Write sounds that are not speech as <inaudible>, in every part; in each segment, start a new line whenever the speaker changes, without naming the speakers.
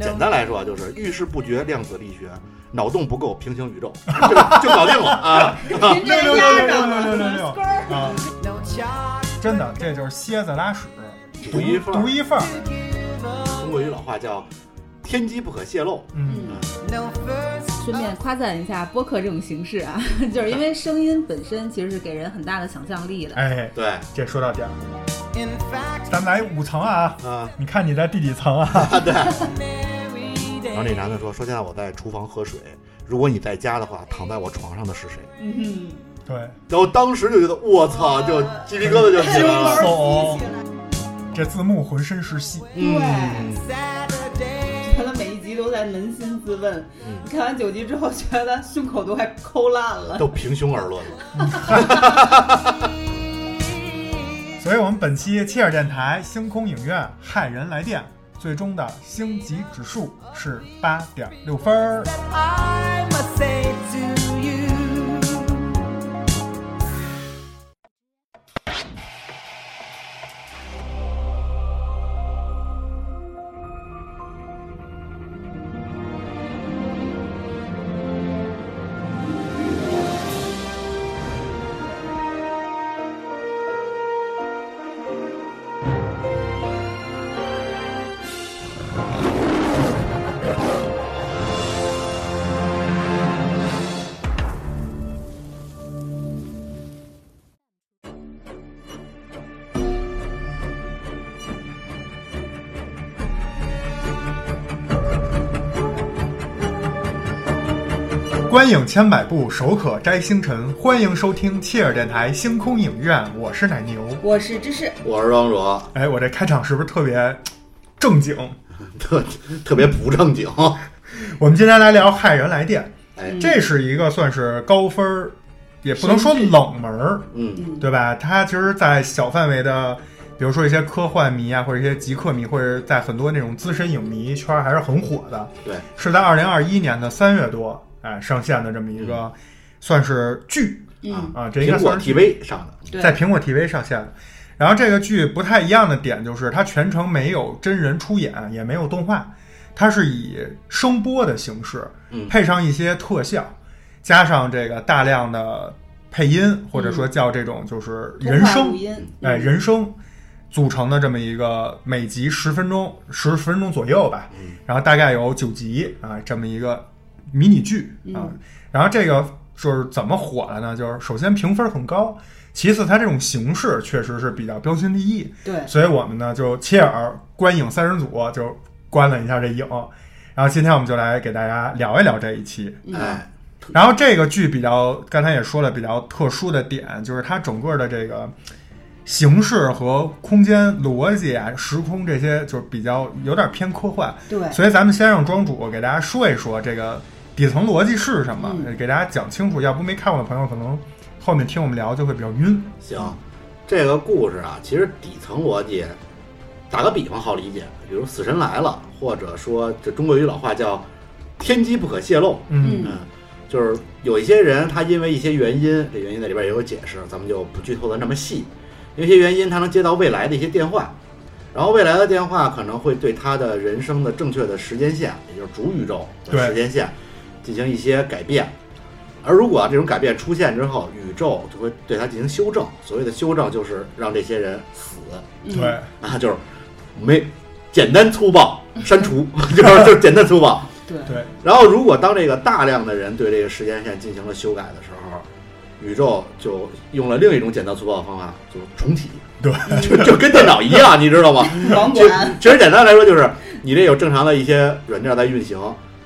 简单来说啊，就是遇事不决，量子力学；脑洞不够，平行宇宙，就就搞定了啊！
您
六
这
六
压
六
着
六
了
六六六
根儿
啊！真的，这就是蝎子拉屎，
独一份儿
独一份儿。
中国有一老话叫“天机不可泄露
嗯，
顺便夸赞一下播客这种形式啊， <laughs> 就是因为声音本身其实是给人很大的想象力的。
哎”，，
对
这说到点儿了。咱们来五层啊，
啊。
你看你在第几层啊？
然后那男的说：“说现在我在厨房喝水，如果你在家的话，躺在我床上的是谁
嗯，
对，？”
然后当时就觉得我操，就鸡皮疙瘩就起来
啊
了。
悚，这字幕浑身是戏。
嗯，
看了每一集都在扪心自问，
嗯
看完九集之后觉得胸口都快抠烂了。
都平胸而论了。
所以我们本期切尔电台星空影院骇人来电最终的星级指数是八点六分儿。
I must say to you.
观影千百步，手可摘星辰。欢迎收听切尔电台星空影院，我是奶牛。
我是芝士，
我是庄主，
哎，我这开场是不是特别正经？
特特别不正经。
我们今天来聊《骇人来电》，
哎，
这是一个算是高分儿，也不能说冷门儿，
嗯
对吧？它其实，在小范围的，比如说一些科幻迷啊，或者一些极客迷，或者在很多那种资深影迷圈儿还是很火的。
对，
是在二零二一年的三月多，哎，上线的这么一个，算是剧
嗯，
啊，这应该
苹果
算是
TV 上的，
对，
在苹果 TV 上线的。然后这个剧不太一样的点就是，它全程没有真人出演，也没有动画，它是以声波的形式
嗯，
配上一些特效，加上这个大量的配音，或者说叫这种就是人
通话
声
录，音，嗯
哎，人声组成的这么一个每集十分钟、十分钟左右吧，然后大概有九集啊，这么一个迷你剧
嗯
啊。然后这个就是怎么火了呢？就是首先评分很高，其次它这种形式确实是比较标新立异，
对，
所以我们呢就切耳观影三人组就观了一下这影。然后今天我们就来给大家聊一聊这一期，
哎，
然后这个剧比较，刚才也说了，比较特殊的点就是它整个的这个形式和空间逻辑啊、时空这些，就是比较有点偏科幻。
对
所以咱们先让庄主给大家说一说这个底层逻辑是什么，
嗯
给大家讲清楚。要不没看过的朋友，可能后面听我们聊就会比较晕。
行。这个故事啊，其实底层逻辑，打个比方好理解，比如《死神来了》，或者说这中国有一老话叫“天机不可泄露”，
嗯
嗯，就是有一些人他因为一些原因，这原因在里边也有解释，咱们就不剧透的那么细。有一些原因，他能接到未来的一些电话，然后未来的电话可能会对他的人生的正确的时间线，也就是主宇宙的
对
时间线进行一些改变。而如果这种改变出现之后，宇宙就会对它进行修正。所谓的修正，就是让这些人死 <laughs>
嗯
嗯
对，
啊，就是没简单粗暴删除， <laughs> 就是就是简单粗暴。
对，
对，
然后，如果当这个大量的人对这个时间线进行了修改的时候，宇宙就用了另一种简单粗暴的方法，就重启，
对，
就 <laughs> 就跟电脑一样，你知道吗？
网
其实
管，
其实简单来说就是，你这有正常的一些软件在运行，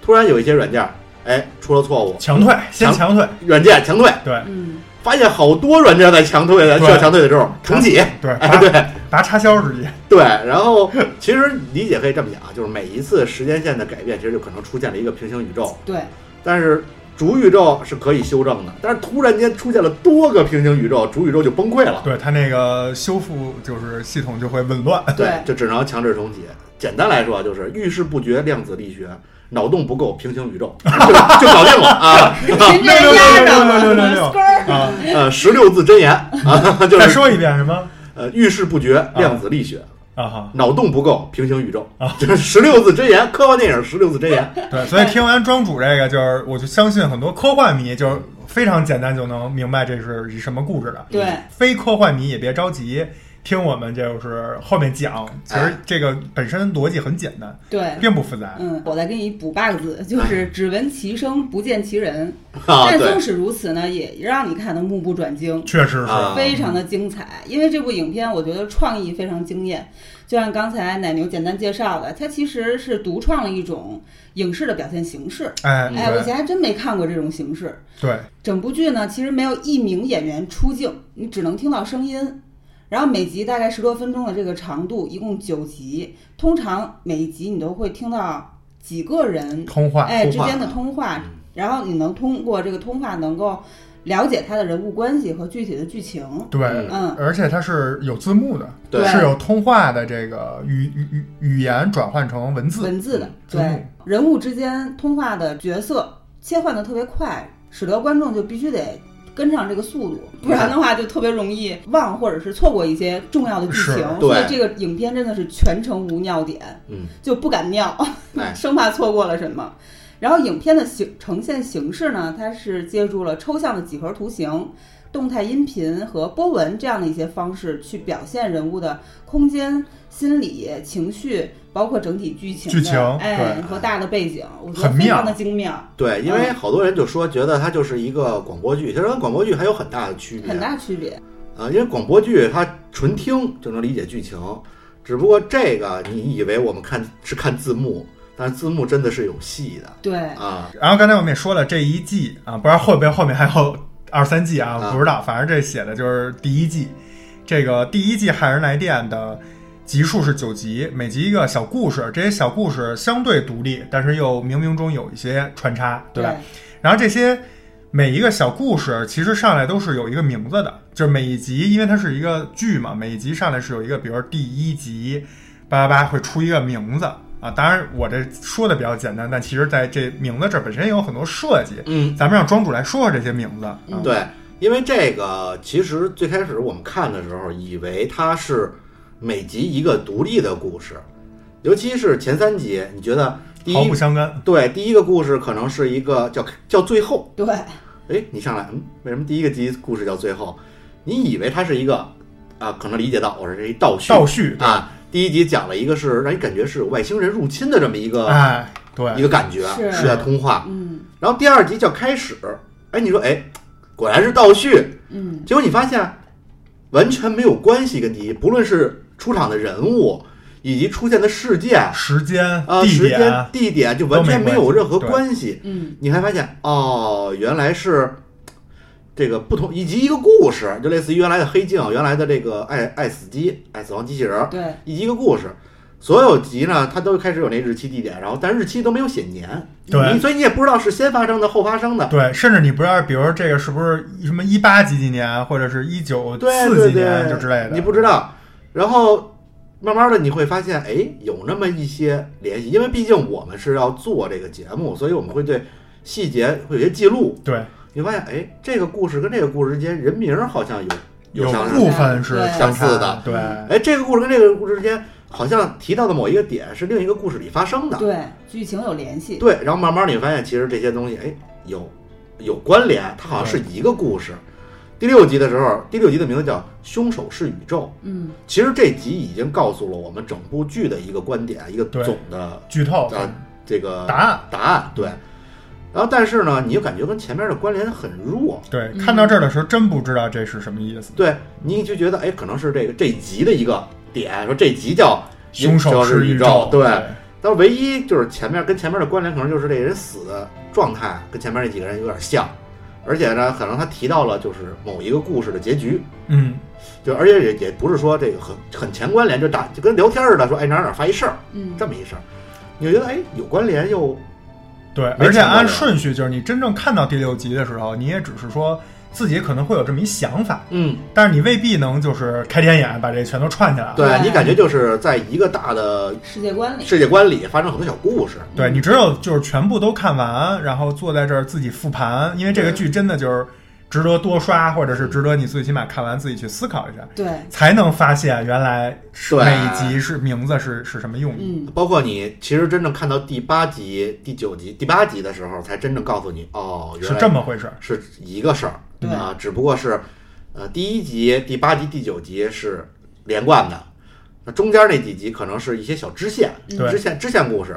突然有一些软件，哎，出了错误，
强退，先强退。
软件强退，
对
嗯，
发现好多软件在强退的，需
对
要强退的时候重启， <laughs>
对，
哎，
拔
对，
拔插销直接。
对，然后其实理解可以这么讲，啊就是每一次时间线的改变，其实就可能出现了一个平行宇宙，
对，
但是主宇宙是可以修正的，但是突然间出现了多个平行宇宙，主宇宙就崩溃了，
对它那个修复就是系统就会紊
<laughs>
乱。
对
就只能强制重启。简单来说就是遇事不决，量子力学，脑洞不够，平行宇宙就就搞定了啊！
您这压着了
六六六六六六
根儿，
啊，
<laughs> 呃，十六字真言啊，就
再
是
说一遍什么？
呃遇事不决，量子力学，
啊哈，
脑洞不够，平行宇宙啊，这十六字真言，科幻电影十六字真言。
对，所以听完庄主这个，就是我就相信很多科幻迷就是非常简单就能明白这是一什么故事的。
对，
非科幻迷也别着急，听我们就是后面讲，其实这个本身逻辑很简单，
对，
并不复杂。
哎嗯，我再给你补八个字，就是只闻其声不见其人。
啊，
但
对
纵，使如此呢，也让你看得目不转睛，
确实是，
啊
非常的精彩。因为这部影片，我觉得创意非常惊艳。就像刚才奶牛简单介绍的，它其实是独创了一种影视的表现形式。
哎，
哎，我以
对
前还真没看过这种形式。
对，
整部剧呢，其实没有一名演员出镜，你只能听到声音。然后每集大概十多分钟的这个长度，一共九集。通常每一集你都会听到几个人
通话，
哎之
通话
间的通话，然后你能通过这个通话能够了解他的人物关系和具体的剧情。
对，
嗯，
而且它是有字幕的，
对
是有通话的这个语语语语言转换成文字，
文字的
字幕
对人物之间通话的角色切换的特别快，使得观众就必须得。跟上这个速度，不然的话就特别容易忘或者是错过一些重要的剧
是
情。
对
所以这个影片真的是全程无尿点，
嗯，
就不敢尿，
哎
<laughs> 生怕错过了什么。然后影片的形呈现形式呢，它是借助了抽象的几何图形、动态音频和波纹这样的一些方式，去表现人物的空间、心理、情绪，包括整体剧情的、
剧情
哎
对
和大的背景，我觉得
很
非
妙
常的精妙，
对，因为好多人就说觉得它就是一个广播剧，其实跟广播剧还有很大的区别
很。大区别。
啊，因为广播剧它纯听就能理解剧情，只不过这个你以为我们看是看字幕，但是字幕真的是有戏的
对，
啊。
然后刚才我们也说了这一季啊，不知道会不会后面还有二三季啊，
啊
不知道，反正这写的就是第一季。这个第一季《骇人来电》的集数是九集，每集一个小故事，这些小故事相对独立，但是又冥冥中有一些穿插，对吧？然后这些每一个小故事其实上来都是有一个名字的，就是每一集，因为它是一个剧嘛，每一集上来是有一个，比如说第一集八八八会出一个名字啊。当然我这说的比较简单，但其实在这名字这儿本身也有很多设计。
嗯，
咱们让庄主来说说这些名字啊。
嗯
对，因为这个其实最开始我们看的时候，以为它是每集一个独立的故事，尤其是前三集，你觉得第
毫
一
不相干，
对第一个故事可能是一个叫叫最后，
对对
哎，你上来，嗯，为什么第一个集故事叫最后？你以为它是一个啊，可能理解到我是这一倒叙
倒叙，
啊。第一集讲了一个是让你感觉是有外星人入侵的这么一个、
哎，
一
对，
个感觉，
是
是在通话。
嗯
然后第二集叫开始，哎，你说哎，果然是倒叙，
嗯，
结果你发现完全没有关系跟第一，不论是出场的人物以及出现的事件。
时间、
啊，
地
时间
点、，
地点就完全
都没
没有
关系
任何
对
关系，
嗯
你还发现哦，原来是这个不同以及一个故事，就类似于原来的黑镜，原来的这个爱爱死机、爱死亡机器人，
对
以及一个故事。所有集呢，它都开始有那日期、地点，然后但日期都没有写年，
对
你所以你也不知道是先发生的、后发生的。
对，甚至你不知道，比如这个是不是什么一八几几年，或者是一九
对
四
对
几年
对，
就之类的，
你不知道。然后慢慢的你会发现，哎，有那么一些联系，因为毕竟我们是要做这个节目，所以我们会对细节会有些记录。
对，
你发现，哎，这个故事跟这个故事之间人名儿好像有
有
相似，
部分是
对
相似的
对，
哎，这个故事跟这个故事之间好像提到的某一个点是另一个故事里发生的，
对，剧情有联系。
对，然后慢慢你发现其实这些东西，哎，有有关联，它好像是一个故事。第六集的时候，第六集的名字叫《凶手是宇宙》。
嗯，
其实这集已经告诉了我们整部剧的一个观点，一个
对
总的
剧透
啊这个
答案。
答案。对，然后但是呢，你就感觉跟前面的关联很弱。
对，看到这儿的时候真不知道这是什么意思。
对，你就觉得哎，可能是这个这一集的一个点，说这集叫
凶手
是
是宇
宙，对。
对，
但唯一就是前面跟前面的关联，可能就是这人死的状态跟前面那几个人有点像，而且呢，可能他提到了就是某一个故事的结局，
嗯，
就而且也也不是说这个很很强关联，就打就跟聊天似的，说哎哪儿哪儿发一事儿
嗯，
这么一事儿，你就觉得哎有关联又
对。
没
而且
看过
按
的
顺序，就是你真正看到第六集的时候，你也只是说自己可能会有这么一想法，
嗯，
但是你未必能就是开天眼把这全都串起来。
对
对
你感觉就是在一个大的
世界观里，
世界观里发生很多小故事，
对你只有就是全部都看完，然后坐在这儿自己复盘，因为这个
对嗯
剧真的就是值得多刷，或者是值得你最起码看完自己去思考一下，
对，
才能发现原来是
对
每一集是名字是是什么用意。
嗯，
包括你其实真正看到第八集、第九集、第八集的时候，才真正告诉你，哦，原
是
来
这么回事儿，
是一个事儿，
对
啊，只不过是，呃，第一集、第八集、第九集是连贯的，那中间那几集可能是一些小支线，
嗯
对
支线支线故事。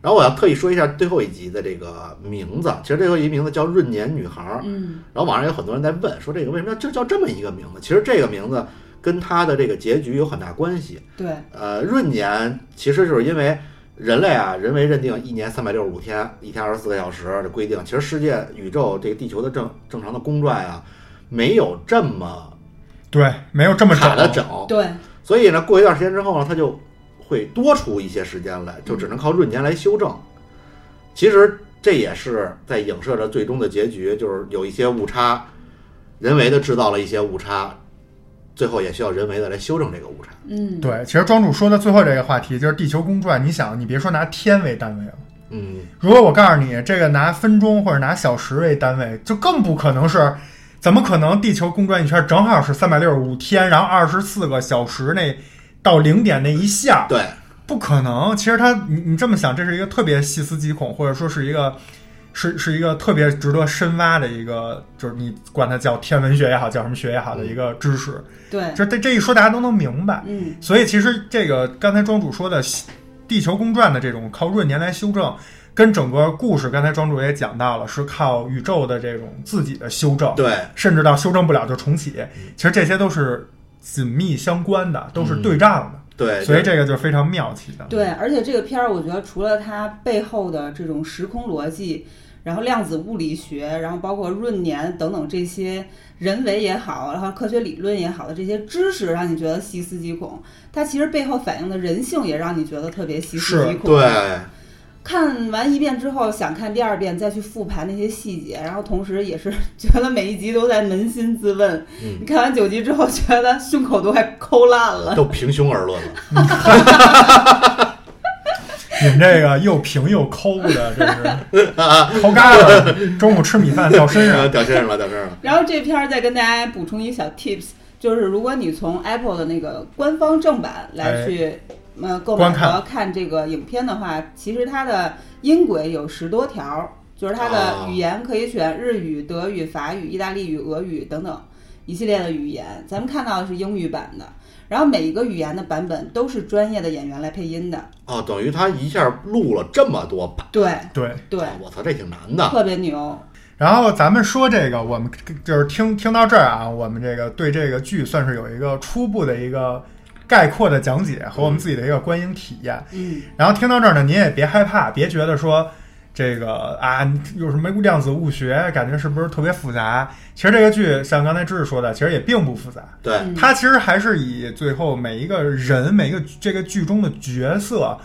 然后我要特意说一下最后一集的这个名字，其实最后一集名字叫《润年女孩》，
嗯，
然后网上有很多人在问说这个为什么要就叫这么一个名字？其实这个名字跟它的这个结局有很大关系。
对，
呃，闰年其实就是因为人类啊，人为认定一年三百六十五天，一天二十四个小时的规定，其实世界、宇宙这个地球的正正常的公转啊，没有这么
对，没有这么
卡的
整
整，
对，
所以呢，过一段时间之后呢，它就会多出一些时间来，就只
嗯
能靠闰年来修正。其实这也是在影射着最终的结局，就是有一些误差，人为的制造了一些误差，最后也需要人为的来修正这个误差。
嗯，
对，其实庄主说的最后这个话题就是地球公转。你想，你别说拿天为单位了，
嗯，
如果我告诉你这个拿分钟或者拿小时为单位，就更不可能是，怎么可能地球公转一圈正好是三百六十五天，然后二十四个小时那到零点那一下，
对。
不可能。其实它，你你这么想，这是一个特别细思极恐，或者说是一个。是是一个特别值得深挖的一个，就是你管它叫天文学也好，叫什么学也好的一个知识，
对，
就这这一说大家都能明白。
嗯，
所以其实这个刚才庄主说的地球公转的这种靠闰年来修正，跟整个故事刚才庄主也讲到了，是靠宇宙的这种自己的修正，
对，
甚至到修正不了就重启，其实这些都是紧密相关的，都是对仗的，
嗯对，
所以这个就是非常妙奇
啊
的。
对，而且这个片儿，我觉得除了它背后的这种时空逻辑，然后量子物理学，然后包括闰年等等这些人为也好，然后科学理论也好的这些知识，让你觉得细思极恐。它其实背后反映的人性，也让你觉得特别细思
是
极恐。
对，
看完一遍之后，想看第二遍，再去复盘那些细节，然后同时也是 <laughs> 觉得每一集都在扪心自问。
嗯
你看完九集之后，觉得胸口都快抠烂了。
都平胸而论了。
<laughs>
你们这个又平又抠的，这是抠嘎了，中午吃米饭掉
<laughs>
身上。
掉身上了，掉身上了。
然后这片儿再跟大家补充一个小 tips，就是如果你从 Apple 的那个官方正版来去呃购买
观看
和看这个影片的话，其实它的音轨有十多条儿，就是它
哦
的语言可以选日语、德语、法语、意大利语、俄语等等一系列的语言。咱们看到的是英语版的，然后每一个语言的版本都是专业的演员来配音的。
哦，等于他一下录了这么多版，
对
对，
对，
我操，这挺难的。
特别牛。
然后咱们说这个，我们就是听听到这儿啊，我们这个对这个剧算是有一个初步的一个概括的讲解和我们自己的一个观影体验。
嗯，
然后听到这儿呢，您也别害怕，别觉得说这个啊有什么量子物学，感觉是不是特别复杂？其实这个剧像刚才知识说的，其实也并不复杂。
对，
嗯
它其实还是以最后每一个人、每一个这个剧中的角色，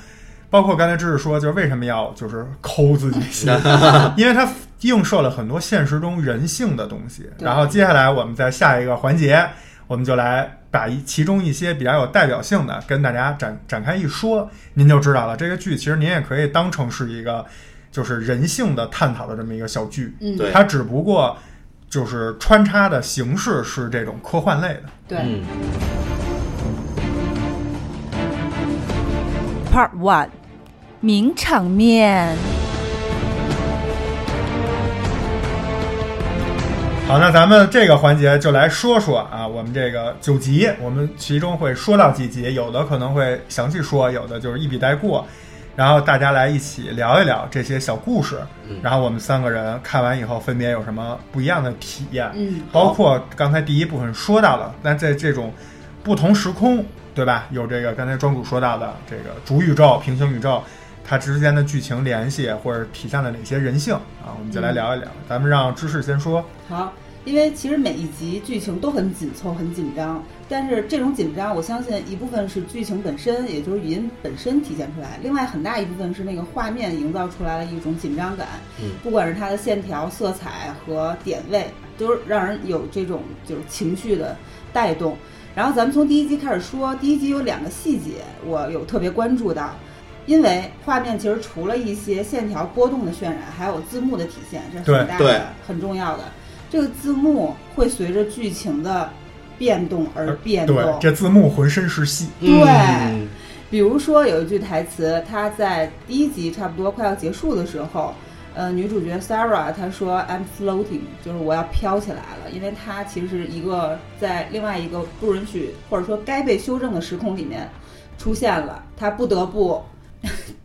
包括刚才知识说，就是为什么要就是抠自己
<laughs>
心，因为它映射了很多现实中人性的东西。
对
然后接下来我们在下一个环节，我们就来把一其中一些比较有代表性的跟大家展展开一说，您就知道了。这个剧其实您也可以当成是一个就是人性的探讨的这么一个小剧，
嗯
对
它只不过。就是穿插的形式是这种科幻类的，
对。
嗯，
Part One，名场面。
好，那咱们这个环节就来说说啊，我们这个九集，我们其中会说到几集，有的可能会详细说，有的就是一笔带过，然后大家来一起聊一聊这些小故事，然后我们三个人看完以后分别有什么不一样的体验，
嗯，
包括刚才第一部分说到了，那在这种不同时空，对吧？有这个刚才庄主说到的这个主宇宙、平行宇宙，它之间的剧情联系或者体现了哪些人性啊？我们就来聊一聊，咱们让知识先说。
好，因为其实每一集剧情都很紧凑、很紧张，但是这种紧张，我相信一部分是剧情本身，也就是语音本身体现出来；另外很大一部分是那个画面营造出来了一种紧张感，
嗯
不管是它的线条、色彩和点位，都是让人有这种就是情绪的带动。然后咱们从第一集开始说，第一集有两个细节我有特别关注到，因为画面其实除了一些线条波动的渲染，还有字幕的体现，这是
对
很大
对
的、很重要的。这个字幕会随着剧情的变动而变动。
对，这字幕浑身是戏，
对
嗯
比如说有一句台词，她在第一集差不多快要结束的时候，呃，女主角 Sarah 她说 "I'm floating"，就是我要飘起来了，因为她其实是一个在另外一个不允许或者说该被修正的时空里面出现了，她不得不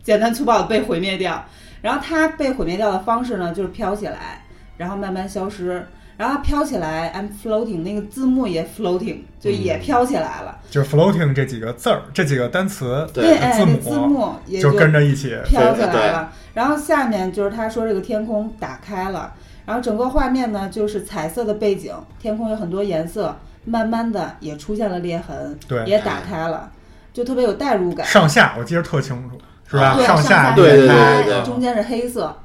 简单粗暴的被毁灭掉。然后她被毁灭掉的方式呢，就是飘起来，然后慢慢消失。然后她飘起来，I'm floating，那个字幕也 floating，就也飘起来了。
就是 floating 这几个字儿，这几个单词
对
哎，
字
那
母
字幕也
就跟着一起，
飘起
对对
来了。然后下面就是他说这个天空打开了，然后整个画面呢就是彩色的背景，天空有很多颜色，慢慢的也出现了裂痕，
对
也打开了，就特别有代入感。
上下我记得特清楚，是吧？
啊对，
上
下
对对
分
对
开
对对
中间是黑色。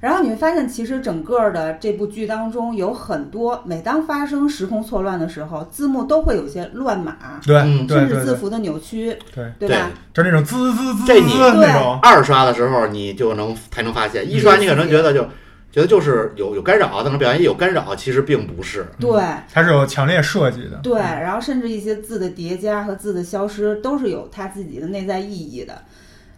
然后你会发现，其实整个的这部剧当中有很多，每当发生时空错乱的时候，字幕都会有些乱码，
对
嗯
对
甚
对
至字
对
符的扭曲，
对，
对
对
吧？
就那种滋滋滋
这你
滋那种，
二刷的时候你就能才能发现，一刷你可能觉得就觉得就是有有干扰，可能表演也有干扰，其实并不是。
对，
它是有强烈设计的，
对，
嗯
然后甚至一些字的叠加和字的消失都是有它自己的内在意义的。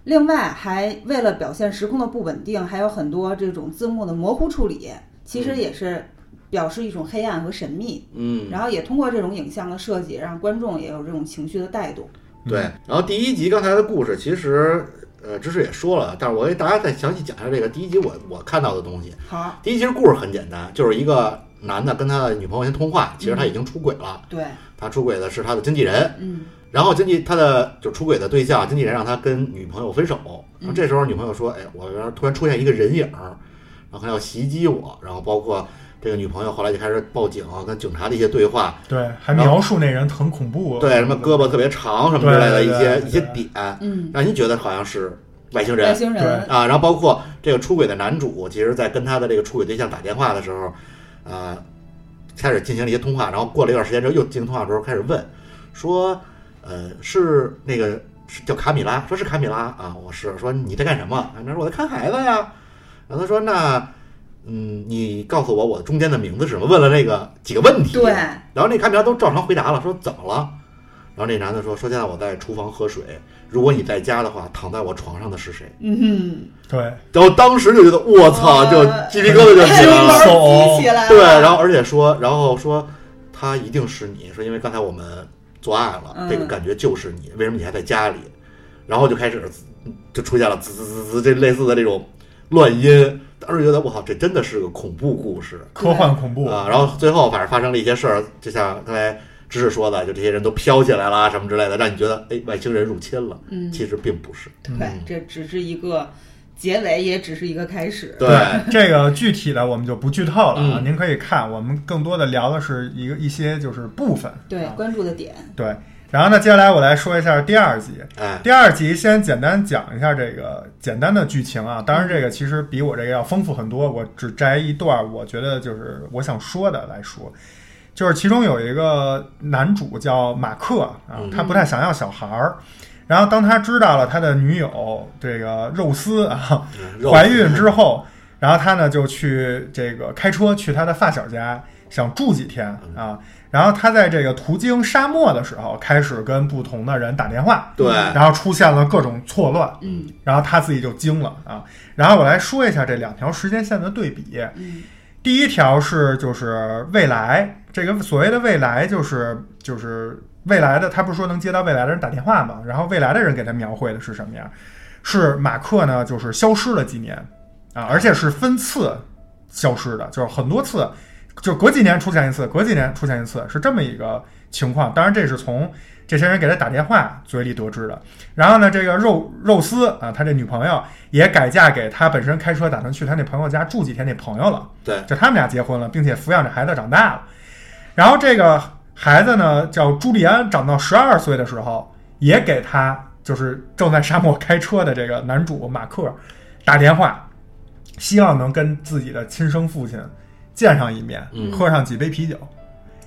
另外，还为了表现时空的不稳定，还有很多这种字幕的模糊处理，其实也是表示一种黑暗和神秘。
嗯，
然后也通过这种影像的设计，让观众也有这种情绪的带动。
对。
嗯
然后第一集刚才的故事其实。呃，知识也说了，但是我给大家再详细讲一下这个第一集我我看到的东西。
好，
第一集的故事很简单，就是一个男的跟他的女朋友先通话，其实他已经出轨了，
对，
他出轨的是他的经纪人，
嗯，
然后经纪他的就出轨的对象，经纪人让他跟女朋友分手。然后这时候女朋友说：“哎，我原来突然出现一个人影儿，然后他要袭击我。”然后包括这个女朋友后来就开始报警，啊跟警察的一些对话，
对，还描述那人很恐怖，
对什么胳膊特别长什么之类的一些
对对对
一些点，
嗯，
让您觉得好像是外星
外
人
星人
对，
啊。然后包括这个出轨的男主，其实在跟他的这个出轨对象打电话的时候，啊，开始进行了一些通话。然后过了一段时间之后，又进行通话的时候开始问说，呃，是那个是叫卡米拉，说是卡米拉啊，我是说你在干什么？他说我在看孩子呀。然后他说那。嗯，你告诉我我中间的名字是什么？问了那个几个问题，
对
然后那卡米拉都照常回答了，说怎么了？然后那男的说说现在我在厨房喝水，如果你在家的话，躺在我床上的是谁？ <laughs>
嗯
对，
然后当时就觉得我操，就
呃
鸡皮疙瘩就
哼，
起
行
来了。
哎
门起来了，
哦对，然后而且说，然后说他一定是你，说因为刚才我们做爱了，
嗯
这个感觉就是你，为什么你还在家里？然后就开始就出现了滋滋滋滋这类似的这种乱音，当时觉得我靠，这真的是个恐怖故事
科幻恐怖，
啊！然后最后反正发生了一些事儿，就像刚才知识说的，就这些人都飘起来啦什么之类的，让你觉得哎外星人入侵了，
嗯，
其实并不是。
对，这只是一个结尾，也只是一个开始。
对
这个具体的我们就不剧透了啊，
嗯
您可以看。我们更多的聊的是一个一些就是部分，
对，关注的点，
对。然后呢，接下来我来说一下第二集。
哎，
第二集先简单讲一下这个简单的剧情
嗯
啊，当然这个其实比我这个要丰富很多，我只摘一段儿我觉得就是我想说的来说，就是其中有一个男主叫马克啊，
嗯
他不太想要小孩儿，然后当他知道了他的女友这个肉丝啊
嗯肉丝
怀孕之后，然后他呢就去这个开车去他的发小家想住几天
嗯
啊，然后他在这个途经沙漠的时候开始跟不同的人打电话。
对，
然后出现了各种错乱，
嗯
然后他自己就惊了啊。然后我来说一下这两条时间线的对比，
嗯
第一条是就是未来，这个所谓的未来就是就是未来的，他不是说能接到未来的人打电话吗？然后未来的人给他描绘的是什么样？是马克呢，就是消失了几年啊，而且是分次消失的，就是很多次，就隔几年出现一次，隔几年出现一次，是这么一个情况。当然，这是从这些人给他打电话嘴里得知的。然后呢，这个肉肉丝啊，他这女朋友也改嫁给他本身开车打算去他那朋友家住几天那朋友了。
对，
就他们俩结婚了，并且抚养着孩子长大了。然后这个孩子呢，叫朱利安，长到十二岁的时候，也给他就是正在沙漠开车的这个男主马克打电话，希望能跟自己的亲生父亲见上一面，
嗯
喝上几杯啤酒。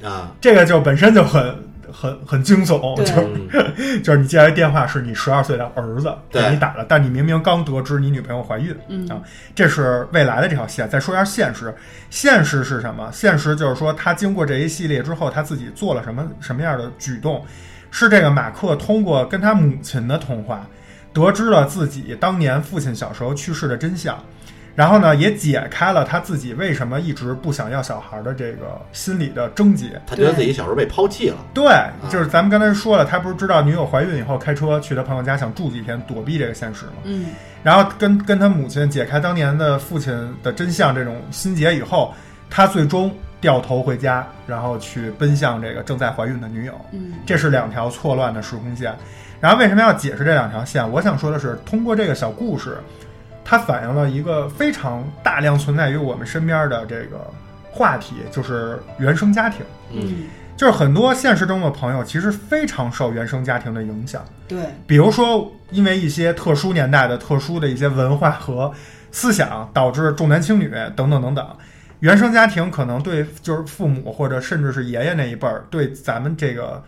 啊，
这个就本身就很很很惊悚，
对
就
嗯
<laughs> 就是你接来电话是你十二岁的儿子
对
给你打的，但你明明刚得知你女朋友怀孕，
嗯
啊，这是未来的这条线。再说一下现实，现实是什么？现实就是说他经过这一系列之后，他自己做了什么什么样的举动？是这个马克通过跟他母亲的通话，得知了自己当年父亲小时候去世的真相。然后呢，也解开了他自己为什么一直不想要小孩的这个心理的症结。
他觉得自己小时候被抛弃了，
对，就是咱们刚才说了，他不是知道女友怀孕以后开车去他朋友家想住几天，躲避这个现实吗？
嗯
然后跟跟他母亲解开当年的父亲的真相这种心结以后，他最终掉头回家，然后去奔向这个正在怀孕的女友。
嗯
这是两条错乱的时空线。然后为什么要解释这两条线？我想说的是，通过这个小故事，它反映了一个非常大量存在于我们身边的这个话题，就是原生家庭。
嗯，
嗯，
就是很多现实中的朋友其实非常受原生家庭的影响，
对，
比如说因为一些特殊年代的特殊的一些文化和思想，导致重男轻女等等等等。原生家庭可能对就是父母或者甚至是爷爷那一辈儿，对咱们这个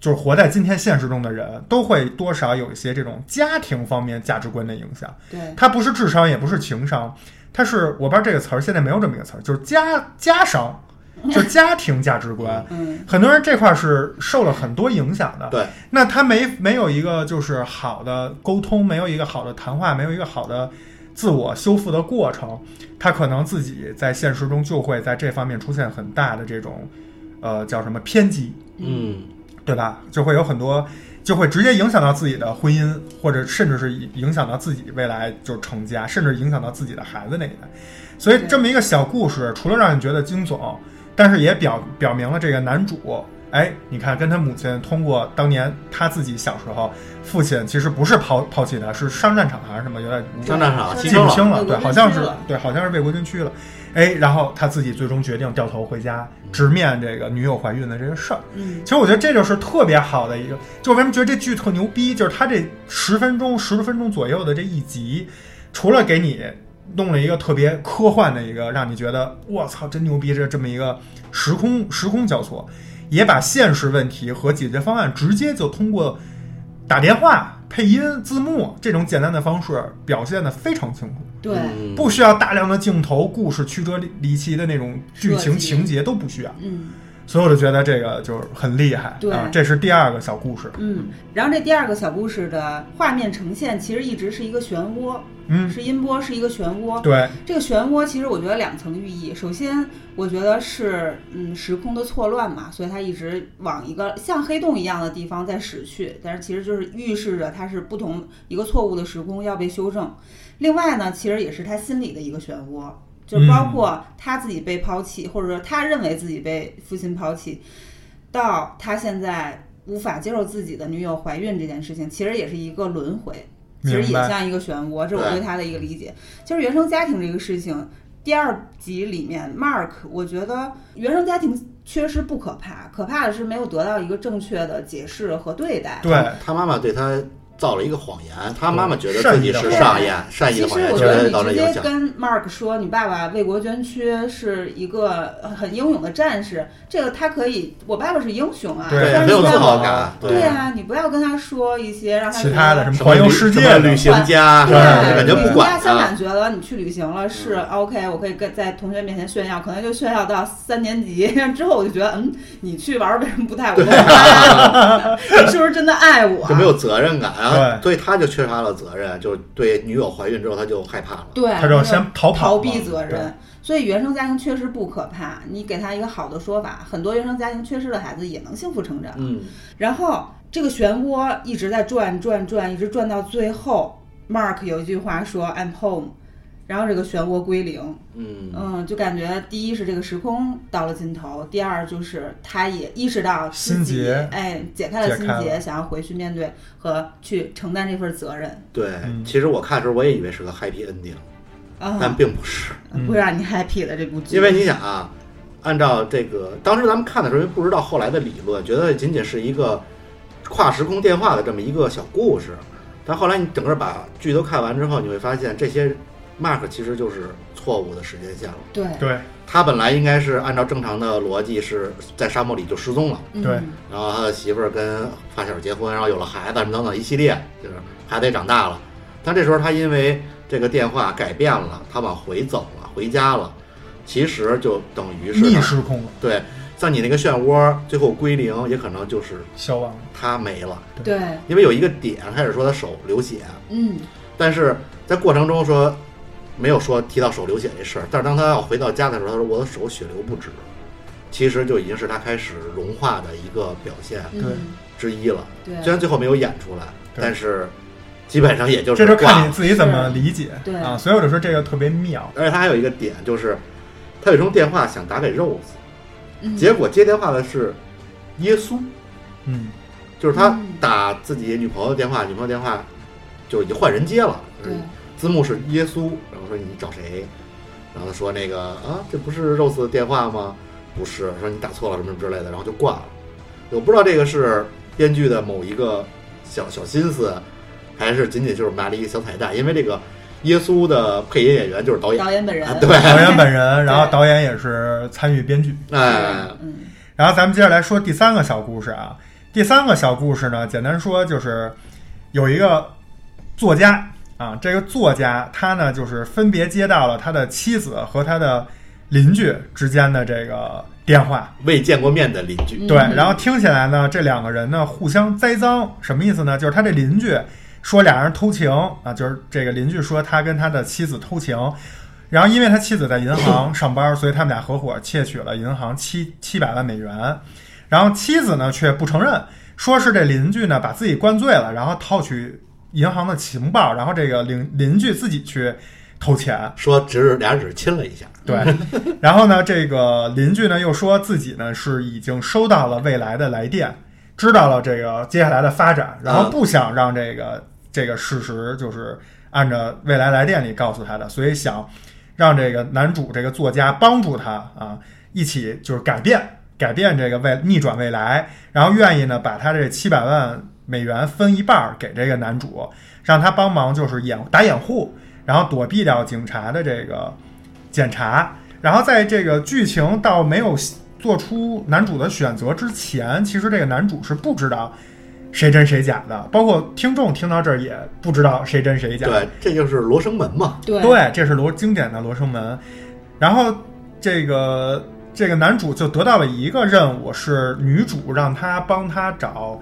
就是活在今天现实中的人，都会多少有一些这种家庭方面价值观的影响。
对，
它不是智商，也不是情商，它是我不知道这个词儿现在没有这么一个词儿，就是家家商，就是家庭价值观。
嗯
很多人这块是受了很多影响的。
对，
那他没没有一个就是好的沟通，没有一个好的谈话，没有一个好的自我修复的过程，他可能自己在现实中就会在这方面出现很大的这种，呃，叫什么偏激，
嗯，
对吧？就会有很多。就会直接影响到自己的婚姻，或者甚至是影响到自己未来就是成家，甚至影响到自己的孩子那一代。所以
对
这么一个小故事，除了让你觉得惊悚，但是也表表明了这个男主，哎，你看跟他母亲通过当年他自己小时候，父亲其实不是抛抛弃他，是上战场还是什么，有点
上战场牺
对
记
牲
不
了，
清
为
了，
国
对，
捐
好像
躯
是
了
对，好像是为国捐躯了。哎，然后他自己最终决定掉头回家，直面这个女友怀孕的这个事儿。
嗯
其实我觉得这就是特别好的一个，就为什么觉得这剧特牛逼，就是它这十分钟、十分钟左右的这一集，除了给你弄了一个特别科幻的一个，让你觉得我操真牛逼这这么一个时空时空交错，也把现实问题和解决方案直接就通过打电话、配音、字幕这种简单的方式表现得非常清楚。
对，
嗯
不需要大量的镜头、故事曲折离离奇的那种剧
设
情
计
情节都不需要，
嗯
所以我就觉得这个就是很厉害。
对
啊，这是第二个小故事。
嗯，然后这第二个小故事的画面呈现其实一直是一个漩涡，
嗯，
是音波，是一个漩涡。
对，
这个漩涡其实我觉得两层寓意，首先我觉得是嗯时空的错乱嘛，所以它一直往一个像黑洞一样的地方在驶去，但是其实就是预示着它是不同一个错误的时空要被修正。另外呢，其实也是他心里的一个漩涡，
嗯
就是包括他自己被抛弃，或者说他认为自己被父亲抛弃，到他现在无法接受自己的女友怀孕这件事情，其实也是一个轮回。其实也
明白
像一个漩涡，这是我
对
对他的一个理解。就是原生家庭这个事情，第二集里面，Mark，我觉得原生家庭缺失不可怕，可怕的是没有得到一个正确的解释和对待。
对，
他妈妈对他造了一个谎言，他妈妈觉得
善
自
意
己
的
是
谎
上言，善意
其
的
实
谎言，
我
觉
觉得
得
你
造成
直
影
接
响。
跟 Mark 说，你爸爸为国捐躯是一个很英勇的战士，这个他可以，我爸爸是英雄啊，
对
对，
但
很
是
有
你
自
爸
豪
爸。
感，
对啊，你不要跟他说一些让他
其
觉
他
得
的什么
什么
环游
旅
世界
什么
的
旅行家，
对，
什么啊感觉
你
不
压
管啊嗯
三
他
板。觉得你去旅行了是 OK，我可以跟在同学面前炫耀，可能就炫耀到三年级 <laughs> 之后，我就觉得嗯，你去玩儿为什么不带我？啊 <laughs> 你是不是真的爱我啊
就？没有责任感，然后
对
所以他就缺乏了责任，就是对女友怀孕之后他就害怕了。
对，
他就先逃跑
逃
嘛
避责
对
任。所以原生家庭确实不可怕，你给他一个好的说法，很多原生家庭缺失的孩子也能幸福成长。
嗯，
然后这个漩涡一直在转转转，一直转到最后，Mark 有一句话说 "I'm home"，然后这个漩涡归零。
嗯
嗯，就感觉第一是这个时空到了尽头，第二就是他也意识到自
心
己
结
哎解开了
解
心
开
结，
了
想要回去面对和去承担这份责任。
对，
嗯
其实我看的时候我也以为是个 happy ending，但
啊，
并不是，
不会让你 happy 的这部剧，
因为你想啊，按照这个当时咱们看的时候，因为不知道后来的理论，觉得仅仅是一个跨时空电话的这么一个小故事，但后来你整个把剧都看完之后，你会发现这些 Mark 其实就是错误的时间线了。
对
对
他本来应该是按照正常的逻辑是在沙漠里就失踪了，
嗯
对
然后他的媳妇儿跟发小结婚，然后有了孩子什么等等一系列，就是孩子也长大了。但这时候他因为这个电话改变了，他往回走了，回家了，其实就等于是
逆时空了，
对，在你那个漩涡最后归零，也可能就是
消亡了。
他没了，
对，
因为有一个点开始说他手流血，
嗯
但是在过程中说没有说提到手流血这事儿，但是当他要回到家的时候，他说我的手血流不止，其实就已经是他开始融化的一个表现
对
嗯
之一了。
对
虽然最后没有演出来，
对
但是基本上也就
这
是
就
挂
看你
了。
自己怎么理解
对
啊。所以我就说这个特别妙，
而且他还有一个点就是，他有一通电话想打给 Rose，
嗯
结果接电话的是耶稣， <laughs>
嗯，
就是他
嗯
打自己女朋友的电话，女朋友电话就已经换人接了。
嗯
对
字幕是耶稣，然后说你找谁？然后他说那个啊，这不是 Rose 的电话吗？不是，说你打错了什么之类的，然后就挂了。我不知道这个是编剧的某一个小小心思，还是仅仅就是埋了一个小彩蛋，因为这个耶稣的配音演员就是导演，
导演本人
啊对
导演本人，然后导演也是参与编剧。
哎，
嗯
然后咱们接着来说第三个小故事啊。第三个小故事呢，简单说就是有一个作家啊，这个作家他呢就是分别接到了他的妻子和他的邻居之间的这个电话。
未见过面的邻居，
嗯
对，然后听起来呢，这两个人呢互相栽赃，什么意思呢？就是他这邻居说俩人偷情啊，就是这个邻居说他跟他的妻子偷情，然后因为他妻子在银行上班，所以他们俩合伙窃取了银行七七百万美元，然后妻子呢却不承认，说是这邻居呢把自己灌醉了，然后套取银行的情报，然后这个邻邻居自己去偷钱，
说只是俩人只是亲了一下，
对， <laughs> 然后呢，这个邻居呢又说自己呢是已经收到了未来的来电，知道了这个接下来的发展，然后不想让这个这个事实就是按照未来来电里告诉他的，所以想让这个男主这个作家帮助他啊，一起就是改变改变这个未逆转未来，然后愿意呢把他这七百万美元分一半儿给这个男主，让他帮忙就是掩打掩护，然后躲避掉警察的这个检查。然后在这个剧情到没有做出男主的选择之前，其实这个男主是不知道谁真谁假的，包括听众听到这儿也不知道谁真谁假。
对，这就是罗生门嘛，
对
对，这是罗经典的罗生门。然后这个这个男主就得到了一个任务，是女主让他帮他找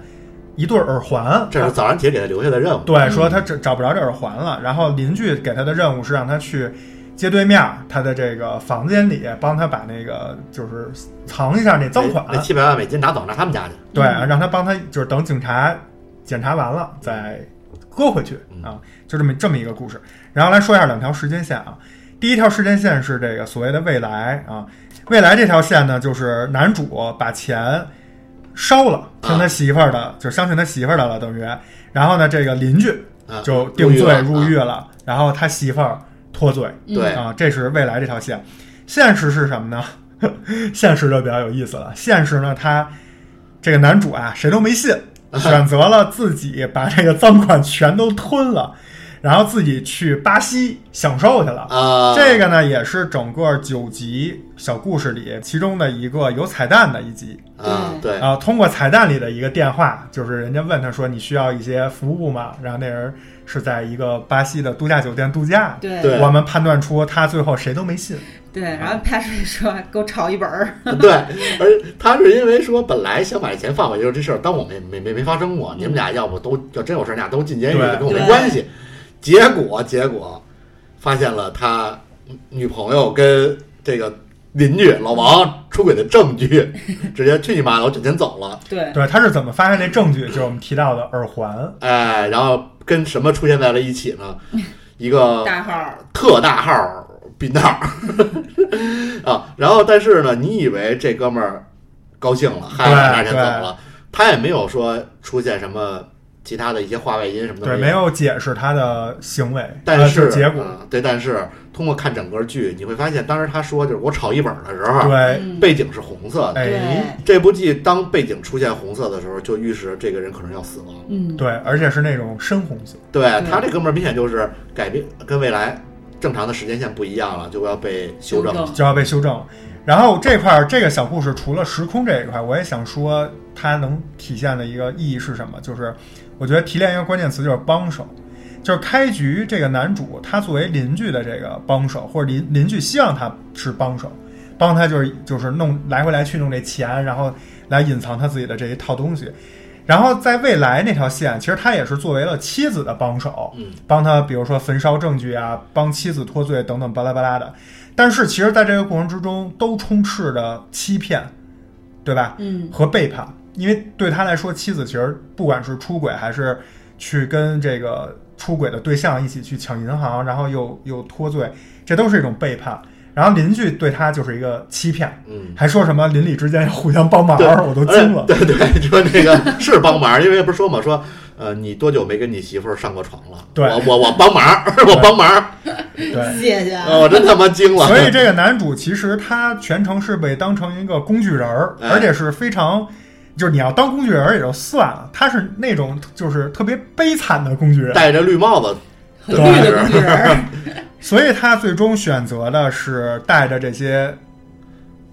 一对耳环。
这是早上姐给他留下的任务，
对，说他找找不着这耳环了。然后邻居给他的任务是让他去街对面他的这个房间里帮他把那个就是藏一下那赃款
那，七百万美金拿走，拿他们家去。
对，让他帮他就是等警察检查完了再搁回去
嗯
啊，就这么这么一个故事。然后来说一下两条时间线啊，第一条时间线是这个所谓的未来啊，未来这条线呢，就是男主把钱烧了，听他媳妇儿的，就相信他媳妇儿的了，等于。然后呢，这个邻居
啊
就定罪入
啊
狱了，然后他媳妇儿脱罪
嗯
对
啊，这是未来这条线。现实是什么呢？ <laughs> 现实就比较有意思了。现实呢，他这个男主啊，谁都没信，选择了自己把这个赃款全都吞了，然后自己去巴西享受去了。
啊，
这个呢，也是整个九集小故事里其中的一个有彩蛋的一集
啊，对，
啊。通过彩蛋里的一个电话，就是人家问他说：“你需要一些服务吗？”然后那人是在一个巴西的度假酒店度假。
对
对
我们判断出他最后谁都没信。
对，然后 Patrick 说给我炒一本儿，
对，而他是因为说本来想把这钱放回去，就是这事儿当我没没没没发生过，你们俩要不都要真有事儿，你俩都进监狱
对
了，跟我没
对
关系。结果结果发现了他女朋友跟这个邻居老王出轨的证据，直接去你妈的，我卷钱走了。
对
对，他是怎么发现这证据？就是我们提到的耳环。
哎，然后跟什么出现在了一起呢？一
<laughs>
个
大号儿，
特大号儿避道儿 <laughs> 啊。然后，但是呢，你以为这哥们儿高兴了，嗨，
对
拿钱走
对
了，他也没有说出现什么其他的一些话外音什么的，
对，没。有解释他的行为，
但
呃
是、
就结果，
啊对，但是通过看整个剧，你会发现，当时他说就是我炒一本儿的时候，
对，
嗯
背景是红色的。
哎，
对，
这部剧当背景出现红色的时候，就预示这个人可能要死亡。
嗯
对，而且是那种深红色，
对他这哥们儿明显就是改变跟未来正常的时间线不一样了，就要被修正了。
修
就要被修正了。然后这块儿这个小故事除了时空这一块，我也想说它能体现的一个意义是什么？就是我觉得提炼一个关键词就是帮手，就是开局这个男主他作为邻居的这个帮手，或者邻邻居希望他是帮手，帮他就是就是弄来回来去弄这钱，然后来隐藏他自己的这一套东西。然后在未来那条线，其实他也是作为了妻子的帮手，
嗯，
帮他比如说焚烧证据啊，帮妻子脱罪等等巴拉巴拉的。但是其实在这个过程之中，都充斥着欺骗，对吧？
嗯
和背叛，因为对他来说，妻子其实不管是出轨还是去跟这个出轨的对象一起去抢银行，然后又又脱罪，这都是一种背叛。然后邻居对他就是一个欺骗，
嗯，
还说什么邻里之间要互相帮忙
对，
我都惊了
而。且 <laughs> 对对，说那个是帮忙，因为不是说嘛，说呃，你多久没跟你媳妇儿上过床了？
对
我我我帮忙， <laughs> 我帮忙，
对，
谢谢。
啊我真他妈 <laughs> 惊了。
所以这个男主其实他全程是被当成一个工具人儿，
哎
而且是非常，就是你要当工具人儿也就算了，他是那种就是特别悲惨的工具人，
戴着绿帽子，
很
对
绿的工具人
<laughs>
儿，
所以他最终选择的是带着这些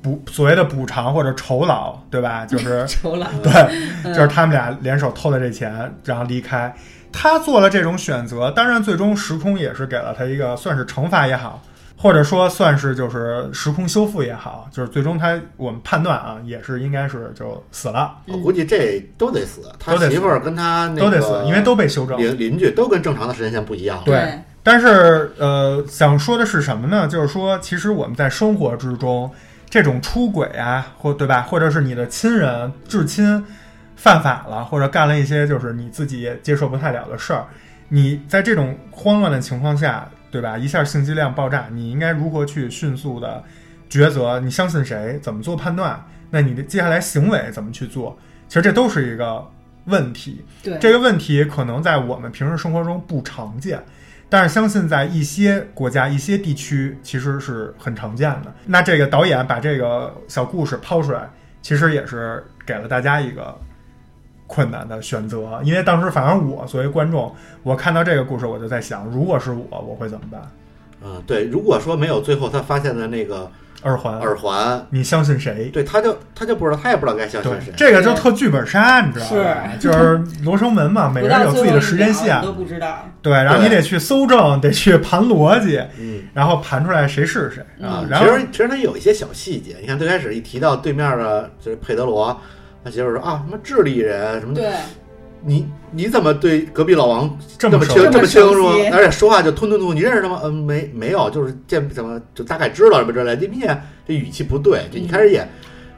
补所谓的补偿或者酬劳，对吧？就是
酬劳。
对，就是他们俩联手偷的这钱，然后离开。他做了这种选择，当然最终时空也是给了他一个算是惩罚也好，或者说算是就是时空修复也好，就是最终他我们判断啊，也是应该是就死了，
我估计这都得死。他
都得死
媳妇儿跟他那个
都得死，因为都被修正。
邻邻居都跟正常的时间线不一样。
对
对
但是呃，想说的是什么呢？就是说，其实我们在生活之中，这种出轨啊，或对吧，或者是你的亲人至亲犯法了，或者干了一些就是你自己也接受不太了的事儿，你在这种慌乱的情况下，对吧？一下信息量爆炸，你应该如何去迅速的抉择？你相信谁？怎么做判断？那你的接下来行为怎么去做？其实这都是一个问题。
对，
这个问题可能在我们平时生活中不常见，但是相信在一些国家、一些地区其实是很常见的。那这个导演把这个小故事抛出来，其实也是给了大家一个困难的选择，因为当时反正我作为观众，我看到这个故事，我就在想，如果是我，我会怎么办？
嗯，对。如果说没有最后他发现的那个
耳环，
耳环，
你相信谁？
对，他就他就不知道，他也不知道该相
对
信谁，。
这个就特剧本杀，你知道吧？就是罗生门嘛，每
不
个
到
人有自己的时间
最后一秒
线
你，都不知道。
对，然后你
对
得去搜证，得去盘逻辑，
嗯
然后盘出来谁是谁
啊，
嗯然
其
后
实其实他有一些小细节，你看最开始一提到对面的就是佩德罗，他媳妇儿说啊什么智利人
嗯
什么的，
对，
你你怎么对隔壁老王
这
么
么
清
熟
这么清
这
楚
么熟悉？
而且说话就吞吞吐，你认识他吗？嗯，没没有，就是见怎么就大概知道什么之类的，你也这语气不对，就你开始
嗯
也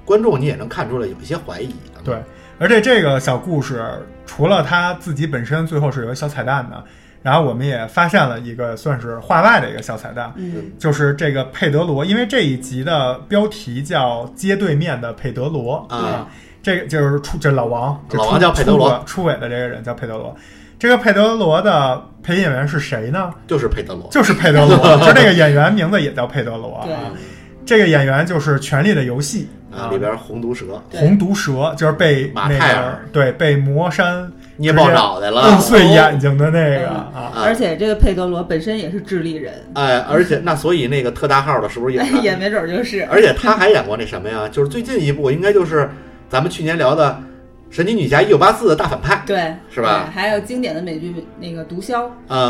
观众你也能看出来有一些怀疑的，
对，而且这个小故事除了他自己本身最后是有一个小彩蛋的，然后我们也发现了一个算是话外的一个小彩蛋，
嗯，
就是这个佩德罗，因为这一集的标题叫“街对面的佩德罗”
嗯
啊，
这个就是出这老王，这
老
出
王叫佩德罗
出轨出轨的这个人叫佩德罗。这个佩德罗的配音演员是谁呢？
就是佩德罗，
就是佩德罗，
<laughs>
就这个演员名字也叫佩德罗啊。
对
这个演员就是《权力的游戏》
啊，里边红毒蛇
对
红毒蛇，就是被
马
那
泰
个
尔
对被魔山
捏爆脑袋了
摁，碎眼睛的那个
哦
啊，
啊
嗯而且这个佩德罗本身也是智利人，
哎，而且那所以那个特大号的
<laughs>
是不是也
也没准儿就是。
而且他还演过那什么呀？就是最近一部应该就是咱们去年聊的《神奇女侠一九八四》的大反派，
对，
是吧
对还有经典的美剧那个《毒枭》，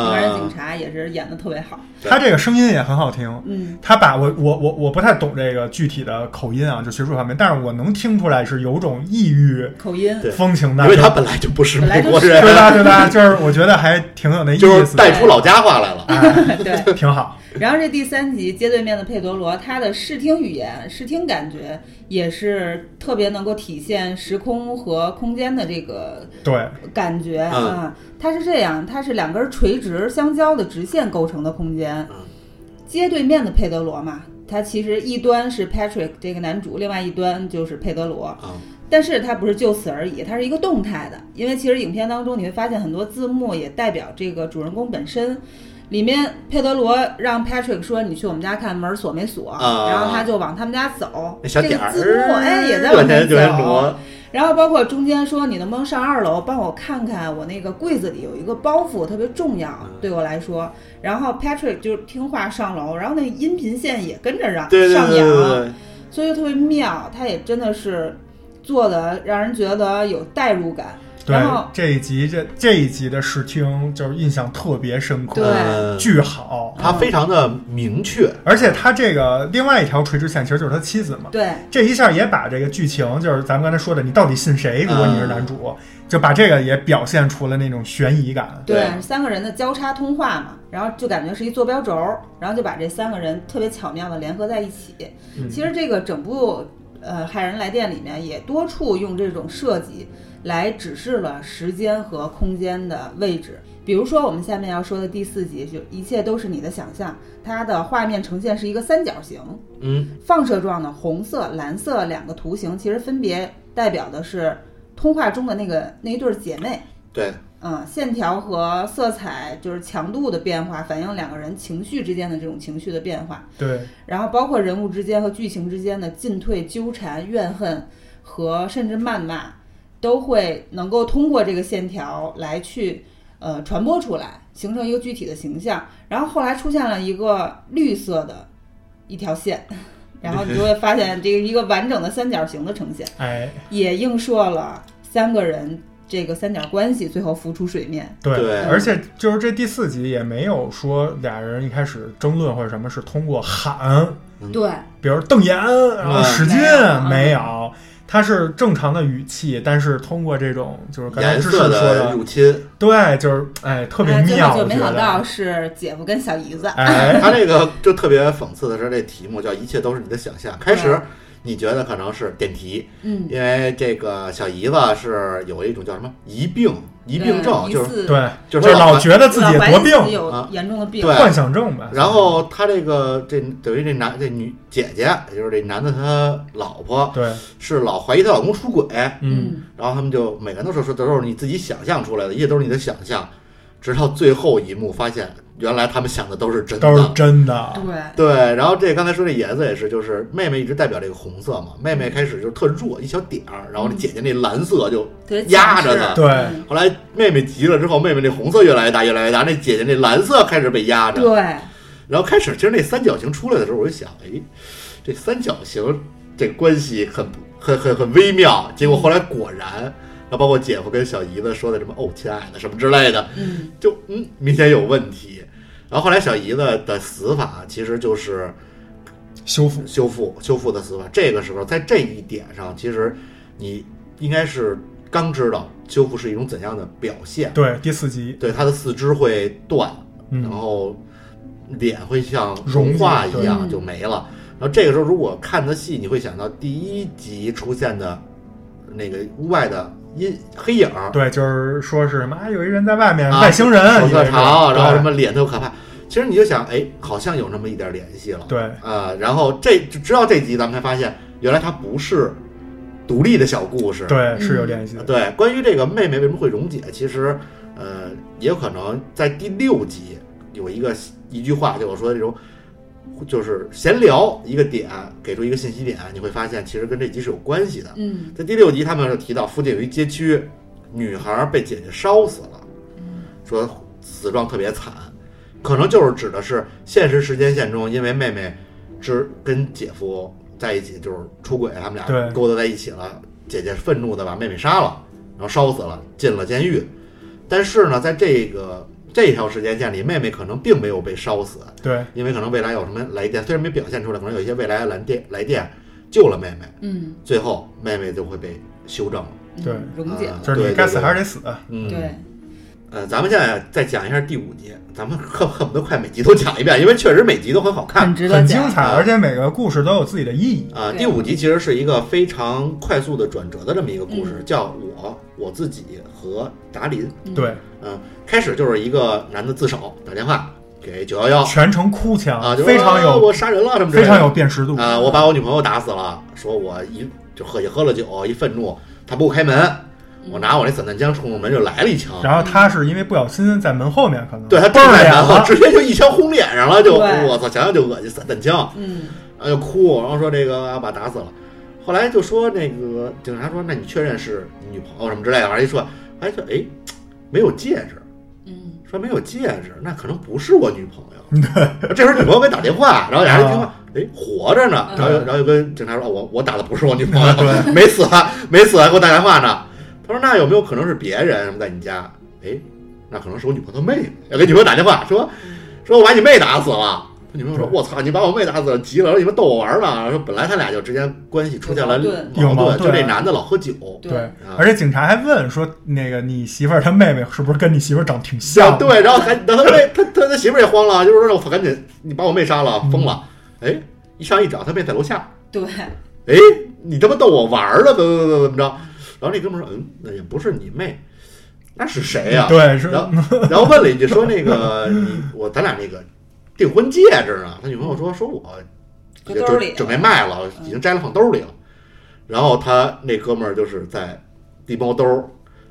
华人警
嗯，
察也是演的特别好。
对
他这个声音也很好听。
嗯，
他把我我我我不太懂这个具体的口音啊，就学术方面，但是我能听出来是有种异域
口
<laughs>
音
对
风情的，
因为他本来就不是美国
对
人，
吧对吧？就是我觉得还挺有那意
就
思
是
的，
带出老家话来了。
哎，
对。
挺好。
然后这第三集街对面的佩德罗，他的视听语言、视听感觉也是特别能够体现时空和空间的这个
对，
感觉
嗯
啊。它是这样，它是两根垂直相交的直线构成的空间
嗯。
街对面的佩德罗嘛，它其实一端是 Patrick 这个男主，另外一端就是佩德罗。
啊，
但是它不是就此而已，它是一个动态的，因为其实影片当中你会发现很多字幕也代表这个主人公本身。里面佩德罗让 Patrick 说你去我们家看门锁没锁，
啊
然后他就往他们家走，
那小点儿
这个字幕哎也在
往
往
前
前
就往前
走，
挪，
然后包括中间说你能不能上二楼帮我看看我那个柜子里有一个包袱特别重要
嗯
对我来说，然后 Patrick 就听话上楼，然后那音频线也跟着上
对对对
上
对对
扬，
对，
所以就特别妙，他也真的是做的让人觉得有代入感，
对
然后
这一集这这一集的试听就是印象特别深刻，
对
呃
巨好。
他非常的明确，
而且他这个另外一条垂直线其实就是他妻子嘛，
对
这一下也把这个剧情，就是咱们刚才说的，你到底信谁？如果你是男主，就把这个也表现出了那种悬疑感。
对
三个人的交叉通话嘛，然后就感觉是一坐标轴，然后就把这三个人特别巧妙的联合在一起。
嗯
其实这个整部呃《骇人来电》里面也多处用这种设计来指示了时间和空间的位置。比如说我们下面要说的第四集，就一切都是你的想象，它的画面呈现是一个三角形，
嗯，
放射状的红色、蓝色两个图形，其实分别代表的是通话中的那个那一对儿姐妹。
对，
嗯，线条和色彩就是强度的变化，反映两个人情绪之间的这种情绪的变化，
对，
嗯
然后包括人物之间和剧情之间的进退、纠缠、怨恨和甚至谩骂，都会能够通过这个线条来去呃传播出来，形成一个具体的形象。然后后来出现了一个绿色的一条线，然后你就会发现这个一个完整的三角形的呈现。
哎，
也映射了三个人这个三角关系最后浮出水面。
对，
对
而且就是这第四集也没有说俩人一开始争论或者什么，是通过喊，
对
比如瞪眼，然后
嗯
使劲
没有，
没有，他是正常的语气，但是通过这种就是刚才
颜
知识
色
说
的
的，
入侵，
对，就是哎，特别
哎最
妙，
后就
我
没
觉
想
得，啊
到是姐夫跟小姨子。
哎，
他这个就特别讽刺的是，这题目叫“一切都是你的想象”。开始你觉得可能是点题，
嗯，
因为这个小姨子是有一种叫什么疑病、疑病症，就是
是
对，
就是
就
老
老觉得自己
老
有
白
多
自己
病，
啊
有严重的病。
对
幻想症吧。
然后他这个这等于这男这女姐姐，也就是这男的他老婆，
对，
是老怀疑她老公出轨，
嗯，
然后他们就每个人都说说都是你自己想象出来的，一切都是你的想象，直到最后一幕发现，原来他们想的都是真的，
都是真的，
对，
对，然后这刚才说这颜色也是，就是妹妹一直代表这个红色嘛，妹妹开始就是特弱，一小点儿，然后这姐姐那蓝色就，
特别
压
强势
着呢
对
嗯
后来妹妹急了之后，妹妹那红色越来越大，越来越大，那姐姐那蓝色开始被压着，
对，
然后开始其实那三角形出来的时候，我就想，哎，这三角形这关系很不很很很微妙，结果后来果然，然后包括姐夫跟小姨子说的什么哦亲爱的什么之类的，
嗯，
就嗯明显有问题，然后后来小姨子的死法其实就是。
修复，
修复修复的死法。这个时候，在这一点上，其实你应该是刚知道修复是一种怎样的表现。
对，第四集，
对，他的四肢会断，然
嗯，
后脸会像
融
融化一样
嗯
对
就没了。然后这个时候，如果看的细，你会想到第一集出现的那个屋外的阴黑影儿，
对，就是说是什么，哎，有一人在外面，
啊
外星人，
口
以为
特
是
长，然后什
对
么脸特可怕。其实你就想，哎，好像有那么一点联系了。
对，
啊，然后这直到这集咱们才发现，原来它不是独立的小故事。
嗯
对，是有联系的，
对关于这个妹妹为什么会溶解，其实呃也有可能在第六集有一个一句话，就我说的这种。就是闲聊一个点，给出一个信息点，你会发现其实跟这集是有关系的。
嗯，
在第六集，他们就提到附近有一街区，女孩被姐姐烧死了，说死状特别惨，可能就是指的是现实时间线中，因为妹妹之跟姐夫在一起就是出轨，他们俩
对
勾搭在一起了，姐姐愤怒的把妹妹杀了，然后烧死了，进了监狱。但是呢，在这个这条时间线里，妹妹可能并没有被烧死，
对，
因为可能未来有什么来电，虽然没表现出来，可能有一些未来的来电来电救了妹妹。
嗯，
最后妹妹就会被修正了。
嗯
对
溶解
啊
了，
就是你该死
对对对
还是得死，
嗯，
对，
呃，咱们现在再讲一下第五集，咱们恨恨不得快每集都讲一遍，因为确实每集都很好看
很。值得
很精
讲。
彩，
啊
而且每个故事都有自己的意义，
啊、
对
第五集其实是一个非常快速的转折的这么一个故事，叫我我自己和达林。
嗯
对，
嗯、开始就是一个男的自首打电话给九幺幺
全程哭
啊，
腔，
就说
非常
啊
有
我杀人了什么之类
非
的
常有辨识度，
啊、我把我女朋友打死了，说我一就喝也喝了酒，一愤怒，她不给我开门，我拿我那散弹枪冲着门就来了一枪，
然后他是因为不小心在门后面可能
对他
倍儿
撞脸
脸
了，
了，
直接就一枪轰脸上了，就
对
我操，想想就恶心，散弹枪，
嗯
然后就哭，然后说这个啊把打死了。后来就说那个警察说，那你确认是你女朋友什么之类的，反正一说，哎说哎，没有戒指，
嗯，
说没有戒指，那可能不是我女朋友。这时候女朋友给打电话，然后俩人一听
啊
话，哎，活着
嗯
呢，然后就然后就跟警察说，啊我我打的不是我女朋友， <laughs> 没死啊，没死啊，给我打电话呢。他说那有没有可能是别人什么在你家？哎，那可能是我女朋友的妹妹，要给女朋友打电话说，说我把你妹打死了。他女朋友说：“我操，你把我妹打死了，急了，说你们逗我玩呢。”说本来他俩就之间关系出现了
有矛
盾啊有矛
就这
盾
男的老喝酒，
对
啊，
而且警察还问说，那个你媳妇儿她妹妹是不是跟你媳妇儿长挺
啊
像？，
<laughs> 对，然后还然后他妹他他他媳妇儿也慌了，就是说让我赶紧你把我妹杀了，疯了。哎，一上一找他妹在楼下，
对，
哎，你他妈逗我玩儿了，怎么怎么怎么着？然后那哥们儿说，嗯，那也不是你妹，那是谁呀、
对，是
然后然后问了一句说那个你我咱俩那个订婚戒指呢？他女朋友说说我
搁
就
兜里
准准备卖了，已经摘了放兜里了。然后他那哥们儿就是在地包兜儿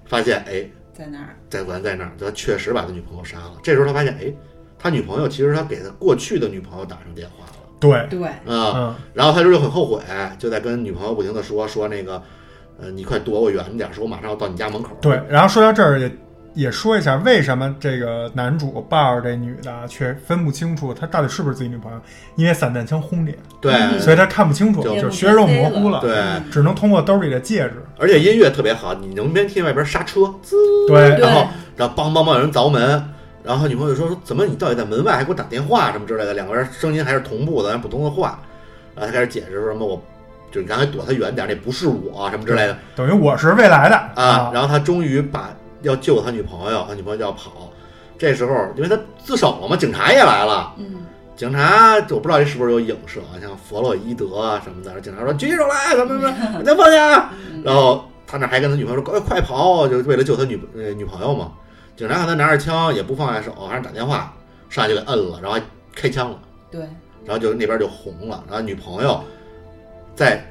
发现哎
在那儿，
在玩在那儿，他确实把他女朋友杀了。这时候他发现，哎，他女朋友其实他给他过去的女朋友打上电话了
对，
对，
啊、
嗯，
然后他就又很后悔，就在跟女朋友不停的说说那个，呃，你快躲我远点儿，说我马上要到你家门口。
对。然后说到这儿也也说一下，为什么这个男主抱着这女的却分不清楚她到底是不是自己女朋友？因为散弹枪轰脸，
对、
嗯
所以他看不清楚，
就
就是血肉模糊了，
对，
只能通过兜里的戒指。
而且音乐特别好，你能边听见外边刹车，滋，
对
对
然后然后梆梆梆有人凿门。然后女朋友就说：“说怎么你到底在门外还给我打电话什么之类的？”两个人声音还是同步的，但是不同的话。然后他开始解释说什么我，就是你刚才躲他远点儿，那不是我什么之类的。
等于我是未来的
啊，然后他终于把要救他女朋友，他女朋友就要跑。这时候，因为他自首了嘛，警察也来了。
嗯，
警察我不知道这是不是有影射啊，像弗洛伊德啊什么的。警察说举起手来，怎么怎么，把他放下。
嗯
然后他那还跟他女朋友说快快跑，啊就是为了救他女呃女朋友嘛。警察看他拿着枪也不放下手，还是打电话，上去就给摁了，然后还开枪了。
对，
然后就那边就红了，然后女朋友在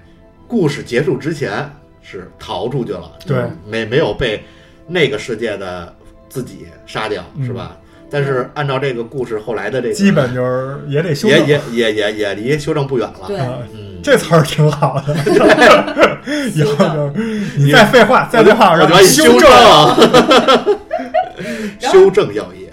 故事结束之前是逃出去了，
对
没没有被那个世界的自己杀掉，
嗯
是吧？但是按照这个故事后来的这个，
基本就是也得修
也
正。
也也也也离修正不远了。
对
啊
嗯，
这词儿挺好
<laughs>
的，以后就是你再废话，再
我
废
就
话，
我
让
就要
修
修
正。
正， <laughs> 修正药业，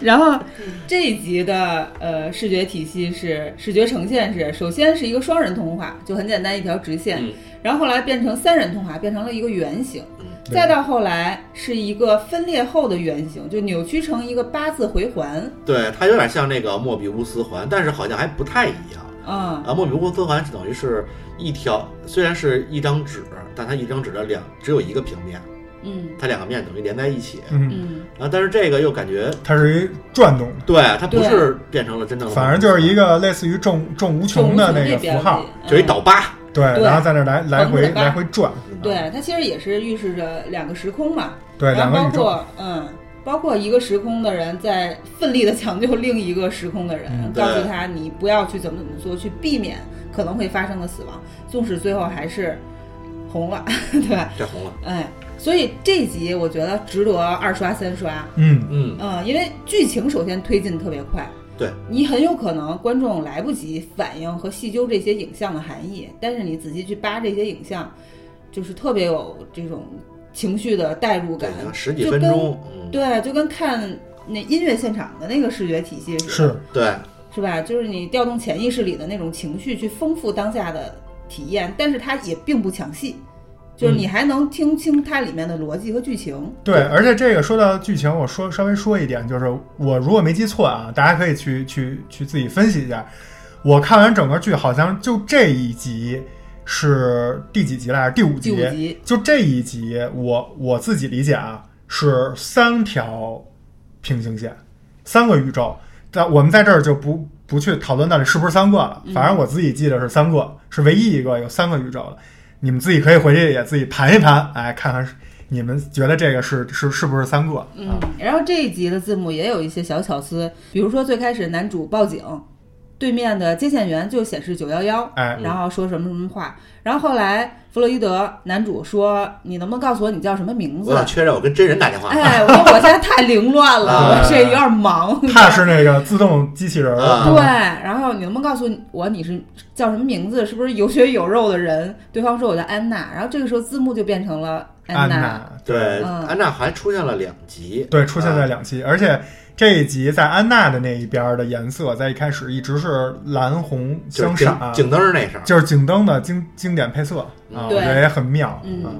然后
这一集的呃视觉体系是视觉呈现是，首先是一个双人通话，就很简单一条直线，
嗯
然后后来变成三人通话，变成了一个圆形，
嗯
对
再到后来是一个分裂后的圆形，就扭曲成一个八字回环，
对它有点像那个莫比乌斯环，但是好像还不太一样。
嗯，
啊，莫比乌斯环等于是一条，虽然是一张纸，但它一张纸的两只有一个平面，
嗯
它两个面等于连在一起。
嗯，
嗯，
然后，但是这个又感觉，
它是一转动的，
对它不
对
是变成了真正的，
反正就是一，个类似于正正无穷的那个符号，
就是一
倒。
倒八。嗯
对，
对
然后在那儿来来
横着
回
的八
来回转，
对，它其实也是预示着两个时空嘛，
对，两
然后
个
包
宇宙，
括嗯，包括一个时空的人在奋力的抢救另一个时空的人，
嗯
告诉
对
他你不要去怎么怎么做，去避免可能会发生的死亡，纵使最后还是红了， <laughs> 对吧？
这红了，
哎，所以这集我觉得值得二刷三刷，
嗯，
嗯，
嗯，因为剧情首先推进得特别快。
对，
你很有可能观众来不及反应和细究这些影像的含义，但是你仔细去扒这些影像，就是特别有这种情绪的代入
对
感，，
你看十几
就
分
跟
钟，嗯，
对，就跟看那音乐现场的那个视觉体系似的，
是
对
是吧？就是你调动潜意识里的那种情绪去丰富当下的体验，但是它也并不抢戏，就是你还能听清它里面的逻辑和剧情。
对，而且这个说到剧情，我说稍微说一点，就是我如果没记错啊，大家可以去去去自己分析一下。我看完整个剧，好像就这一集是第几集来着？第五
第
集。
五集，
就这一集，我我自己理解啊，是三条平行线，三个宇宙。但我们在这儿就不不去讨论到底是不是三个了，反
嗯
正我自己记得是三个，是唯一一个有三个宇宙的。你们自己可以回去也自己盘一盘，哎，看看是你们觉得这个是是是不是三个？
嗯，然后这一集的字幕也有一些小巧思，比如说最开始男主报警，对面的接线员就显示九幺幺，
哎，
然后说什么什么话，然后后来弗洛伊德男主说：“你能不能告诉我你叫什么名
我
字
想确认我跟真人打电？”话。
哎，我说我现在太凌乱了，
啊
我这有点忙。
他是那个自动机器人儿，
啊
对，然后你能不能告诉我你是叫什么名字，是不是有血有肉的人？对方说我叫安娜，然后这个时候字幕就变成了
安
娜。
娜，
对，啊
嗯
安娜还出现了两集，
对，出现在两期，而且这一集在安娜的那一边的颜色，在一开始一直是蓝红
就是
相啊
警警
闪，
灯儿那事儿。
就是警灯的经经典配色啊，我
对
觉得也很妙。啊
嗯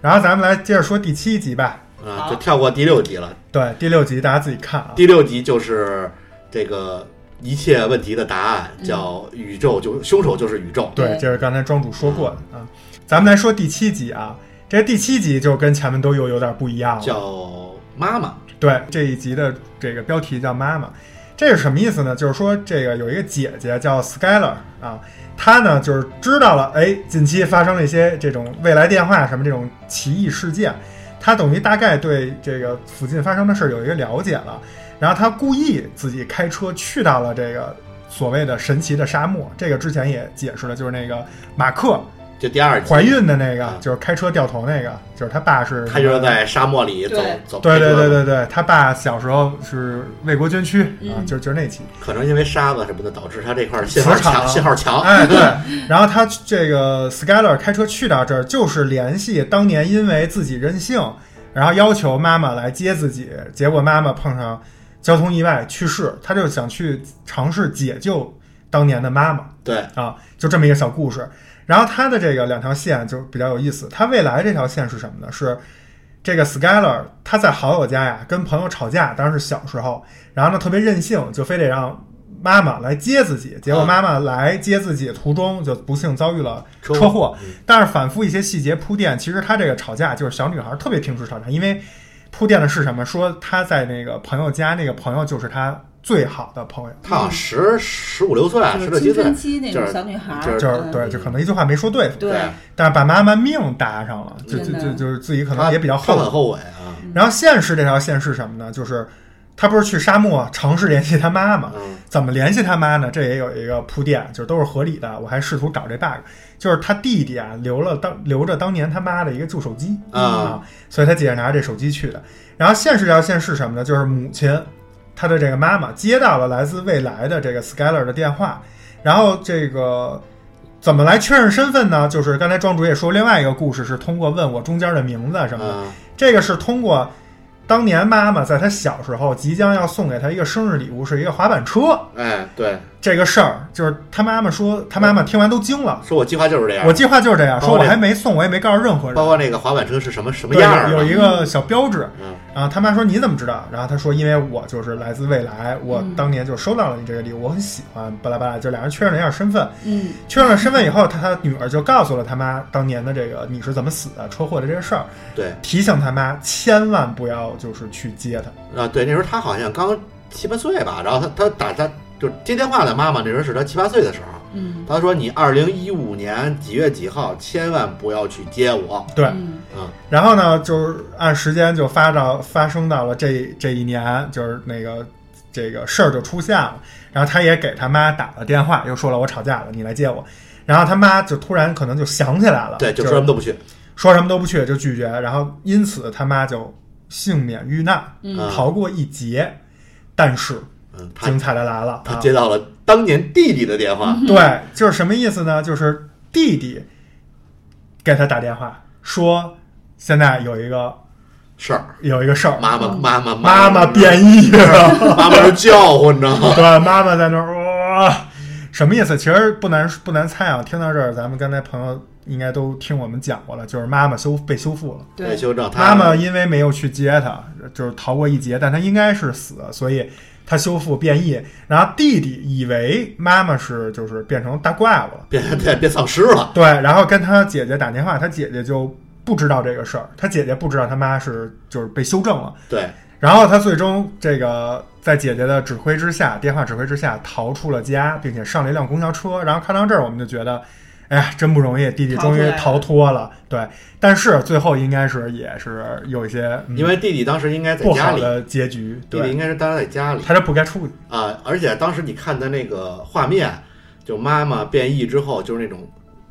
然后咱们来接着说第七集吧，
啊，
好
就跳过第六集了。
对，第六集大家自己看啊。
第六集就是这个一切问题的答案，叫宇宙，就是凶手就是宇宙。
对，
对
就是刚才庄主说过的啊。咱们来说第七集啊，这第七集就跟前面都又有点不一样了。
叫妈妈，
对，这一集的这个标题叫妈妈，这是什么意思呢？就是说这个有一个姐姐叫 Skyler 啊，她呢就是知道了，哎，近期发生了一些这种未来电话什么这种奇异事件，她等于大概对这个附近发生的事儿有一个了解了，然后她故意自己开车去到了这个。所谓的神奇的沙漠，这个之前也解释了，就是那个马克
就第二集
怀，孕的那个
啊，
就是开车掉头那个，就是他爸是
她就是在沙漠里走
对
走。
对对对，对对，他爸小时候是为国捐躯啊，
嗯
就就是那期，
可能因为沙子什么的导致她这块儿信号
磁场
强，信号强。
哎对，然后他这个 Skyler 开车去到这儿，就是联系当年因为自己任性，然后要求妈妈来接自己，结果妈妈碰上交通意外去世，他就想去尝试解救当年的妈妈，
对，
啊，就这么一个小故事。然后它的这个两条线就比较有意思。它未来这条线是什么呢？是这个 Skyler 他在好友家呀跟朋友吵架，当然是小时候。然后呢特别任性，就非得让妈妈来接自己。结果
嗯
妈妈来接自己的途中就不幸遭遇了
车
车祸
嗯。
但是反复一些细节铺垫，其实她这个吵架就是小女孩特别平时吵架，因为铺垫的是什么？说她在那个朋友家，那个朋友就是她最好的朋友。
她好像十十五六岁，啊
就
十
是
六
青
七岁
春。期那种
就是
小女孩
就
儿，
是
就是
嗯
对，就可能一句话没说对付，
对
但是把妈妈命搭上了，就就
真的
就就是自己可能
她
也比较
她
后
很
悔。
后悔啊。
然后现实这条线是什么呢？就是他不是去沙漠尝试联系他妈妈，
嗯，
怎么联系他妈呢？这也有一个铺垫，就是都是合理的。我还试图找这 bug，就是他弟弟啊留了当留着当年他妈的一个旧手机
啊
所以他姐姐拿着这手机去的。然后现实这条线是什么呢？就是母亲，她的这个妈妈接到了来自未来的这个 Skyler 的电话，然后这个。怎么来确认身份呢？就是刚才庄主也说，另外一个故事是通过问我中间的名字什么的，
嗯
这个是通过当年妈妈在她小时候即将要送给她一个生日礼物，是一个滑板车，
哎，对，
这个事儿，就是他妈妈说，他妈妈听完都惊了。
说我计划就是这样
我。计划就是这样，
包
说
括
我
这
还没送，我也没告诉任何
包
人。
括那个滑板车是什么什么
对，
样儿
有
的？
一个小标志。
嗯，
然后他妈说你怎么知道？然后他说因为我就是来自未来，我
嗯
当年就收到了你这个礼物，我很喜欢。巴拉巴拉，就俩人确认了一下身份。
嗯，
确认了身份以后，他他女儿就告诉了他妈当年的这个你是怎么死的车祸的这个事儿，
对
提醒他妈千万不要就是去接他。
啊，对，那时候她好像刚七八岁吧，然后她她打她就是接电话的妈妈，那时候是她七八岁的时候。
嗯
他说：“你二零一五年几月几号千万不要去接我。
对，
嗯
然后呢，就是按时间就发到发生到了这这一年，就是那个这个事儿就出现了。然后他也给他妈打了电话，又说了我吵架了，你来接我。然后他妈就突然可能就想起来了，
对，
就
就说什么都不去。
说什么都不去，就拒绝。然后因此他妈就幸免遇难，
嗯
逃过一劫。但是
嗯，他
精彩的来了，
他
啊
接到了当年弟弟的电话，
对，就是什么意思呢？就是弟弟给他打电话说，现在有一个
事儿，
有一个事儿，
妈妈妈妈
嗯妈妈
妈
变异了，
妈妈就叫唤着。
<laughs> 对，妈妈在那儿哇，什么意思？其实不难不难猜啊。听到这儿，咱们刚才朋友应该都听我们讲过了，就是妈妈修被修复了。
对，
对，
修正
妈
他
妈因为没有去接他，就是逃过一劫，但他应该是死，所以他修复变异。然后弟弟以为妈妈是就是变成大怪物了，
变变变丧尸了。
对，然后跟他姐姐打电话，他姐姐就不知道这个事儿，他姐姐不知道他妈是就是被修正了。
对，
然后他最终这个在姐姐的指挥之下，电话指挥之下逃出了家，并且上了一辆公交车。然后看到这儿，我们就觉得，哎呀，真不容易，弟弟终于逃脱了。对，但是最后应该是也是有一些、嗯
因为弟弟当时应该在
不
家
好
里，
的结局，
弟弟
对，
应该是当时在家里
他这不该处理。
啊，而且当时你看的那个画面，就妈妈变异之后，就是那种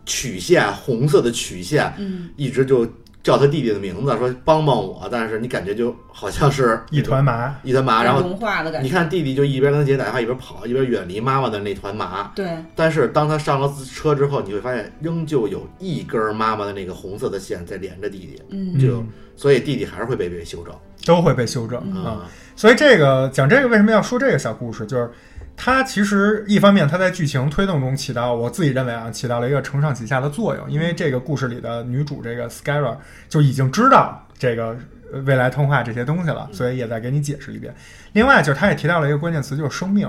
曲线，红色的曲线，
嗯，
一直就叫他弟弟的名字，说帮帮我，但是你感觉就好像是
一团麻，
一团麻，然后
融化的感
你
觉。
看弟弟就一边跟姐打电话一边跑，一边远离妈妈的那团麻。
对，
但是当他上了自车之后，你会发现仍旧有一根妈妈的那个红色的线在连着弟弟，
嗯，
就
嗯
所以弟弟还是会被被修正
都会被修正
嗯
啊、
啊。
所以这个讲这个为什么要说这个小故事，就是它其实一方面它在剧情推动中起到，我自己认为啊，起到了一个承上启下的作用，因为这个故事里的女主这个 Skyra 就已经知道这个。呃未来通话这些东西了，所以也再给你解释一遍。另外，就是他也提到了一个关键词，就是生命，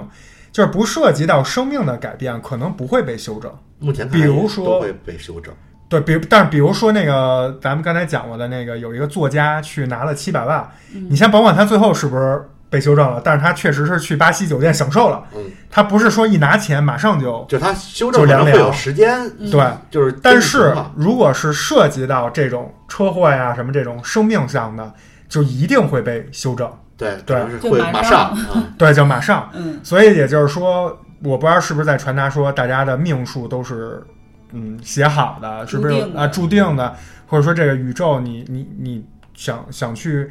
就是不涉及到生命的改变，可能不会被修正。
目前看
比如
来
说
都会被修正，
对，比如但是比如说那个咱们刚才讲过的那个，有一个作家去拿了七百万，你先甭管他最后是不是被修正了，但是他确实是去巴西酒店享受了，
嗯，
他不是说一拿钱马上就
就是他修正可
就凉
能会
凉
有时间，
嗯
对。
就是
但是
嘛
如果是涉及到这种车祸呀、什么这种生命上的，就一定会被修正，
对
对
可能是
就
会
马
马
上
啊，
对，就马上。
嗯，
所以也就是说，我不知道是不是在传达说大家的命数都是嗯写好的，是不是有
注定的
啊注定的，或者说这个宇宙你你你想想去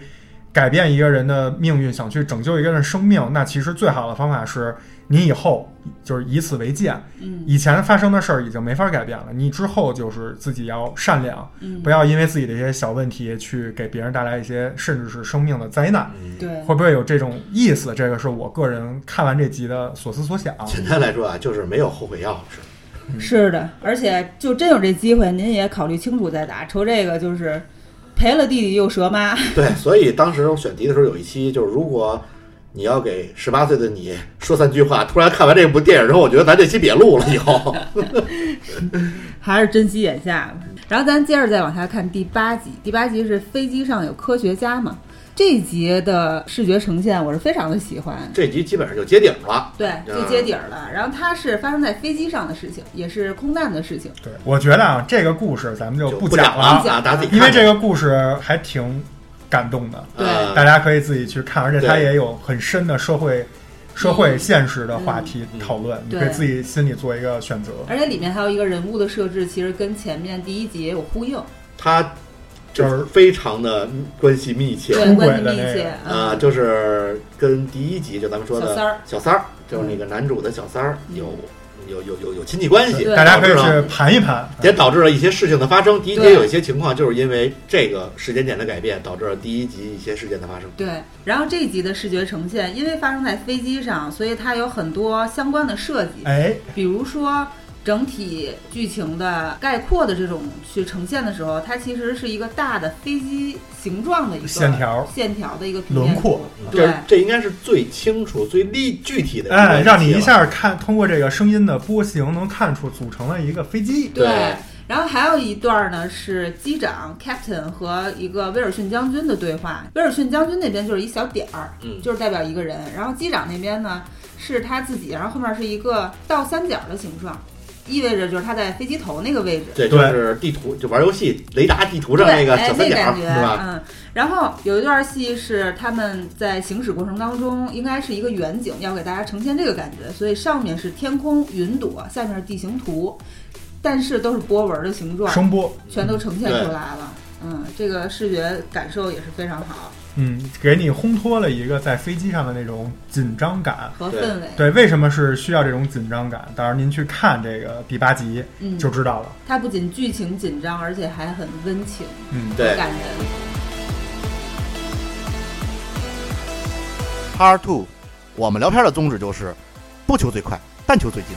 改变一个人的命运，想去拯救一个人的生命，那其实最好的方法是你以后就是以此为戒，
嗯，
以前发生的事儿已经没法改变了，你之后就是自己要善良，
嗯
不要因为自己的一些小问题去给别人带来一些甚至是生命的灾难。
嗯，
对，
会不会有这种意思？这个是我个人看完这集的所思所想。
简单来说啊， <laughs> 就是没有后悔药吃，
是的，而且就真有这机会，您也考虑清楚再打。瞅这个就是赔了弟弟又折妈，
对，所以当时我选题的时候有一期就是，如果你要给十八岁的你说三句话，突然看完这部电影之后，我觉得咱这期别录了，以后
还是珍惜眼下吧。然后咱接着再往下看第八集，第八集是飞机上有科学家嘛？这一集的视觉呈现我是非常的喜欢，
这集基本上就接顶了。
对，就接底儿了。然后它是发生在飞机上的事情，也是空难的事情。
对，我觉得啊，这个故事咱们就
就
不
讲
讲
了
了，
啊，大家自己
因为
看
这个故事还挺感动的，
对
呃
大家可以自己去看，而且它
对
也有很深的社会、社会现实的话题
嗯
讨论，你
对
可以自己心里做一个选择。
而且里面还有一个人物的设置，其实跟前面第一集也有呼应，
他
就是
非常的关系密切
对，
出轨
关系
的
密
那个
切嗯
啊、就是跟第一集就咱们说
小三儿
的小三儿，就是那个男主的小三儿
嗯
有、有有有有亲戚关系，
对
大家可以
导致了
去盘一盘。
也导致了一些事情的发生。第一集
对
有一些情况就是因为这个时间点的改变，导致了第一集一些事件的发生。
对，然后这一集的视觉呈现，因为发生在飞机上，所以它有很多相关的设计，
哎，
比如说整体剧情的概括的这种去呈现的时候，它其实是一个大的飞机形状的一个
线条
线条的一个平面
轮廓，啊
图。对
这，这应该是最清楚、最立具体的个
哎，让你一
信息了
下看，通过这个声音的波形，能看出组成了一个飞机。
对
然后还有一段呢，是机长 Captain 和一个威尔逊将军的对话。威尔逊将军那边就是一小点儿，
嗯
就是代表一个人。然后机长那边呢是他自己，然后后面是一个倒三角的形状，意味着就是他在飞机头那个位置。
对，就
对
是地图，就玩游戏雷达地图上
对，
那个
哎
小三角
那感
儿，
觉
是吧？
嗯，然后有一段戏是他们在行驶过程当中，应该是一个远景，要给大家呈现这个感觉，所以上面是天空云朵，下面是地形图，但是都是波纹的形状，
声波，
全都呈现出来了。嗯，这个视觉感受也是非常好
嗯，给你烘托了一个在飞机上的那种紧张感。
和
对
氛围，
对，为什么是需要这种紧张感？当然，您去看这个第八集
嗯，
就知道了。
它不仅剧情紧张，而且还很温情，
嗯，
对
感人。
Part Two，我们聊天的宗旨就是不求最快，但求最近。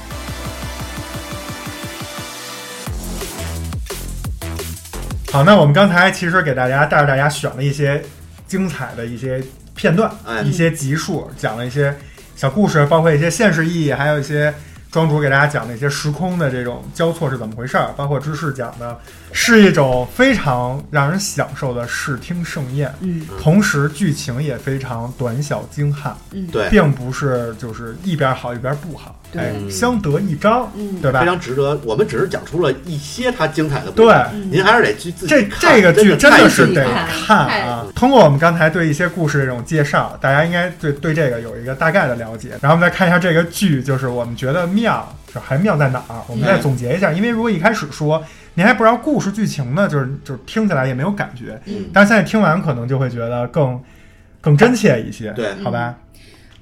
好，那我们刚才其实给大家带着大家选了一些精彩的一些片段，
哎
一些集数，讲了一些小故事，包括一些现实意义，还有一些庄主给大家讲的一些时空的这种交错是怎么回事儿，包括知识讲的是一种非常让人享受的视听盛宴，
嗯
同时剧情也非常短小精悍。
嗯，
对
并不是就是一边好一边不好。
对
哎，相得益彰，
嗯
对吧
非？常值得。我们只是讲出了一些它精彩的部
对
分，
嗯
您还是得去自己
这
看
这个剧
真
真
太
的
细
是
了
得
看
看啊！通过我们刚才对一些故事这种介绍，大家应该对对这个有一个大概的了解。然后我们再看一下这个剧，就是我们觉得妙，就还妙在哪儿？啊我们再总结一下，因为如果一开始说您还不知道故事剧情呢，就是就是听起来也没有感觉，
嗯
但是现在听完可能就会觉得更更真切一些，
对
好吧？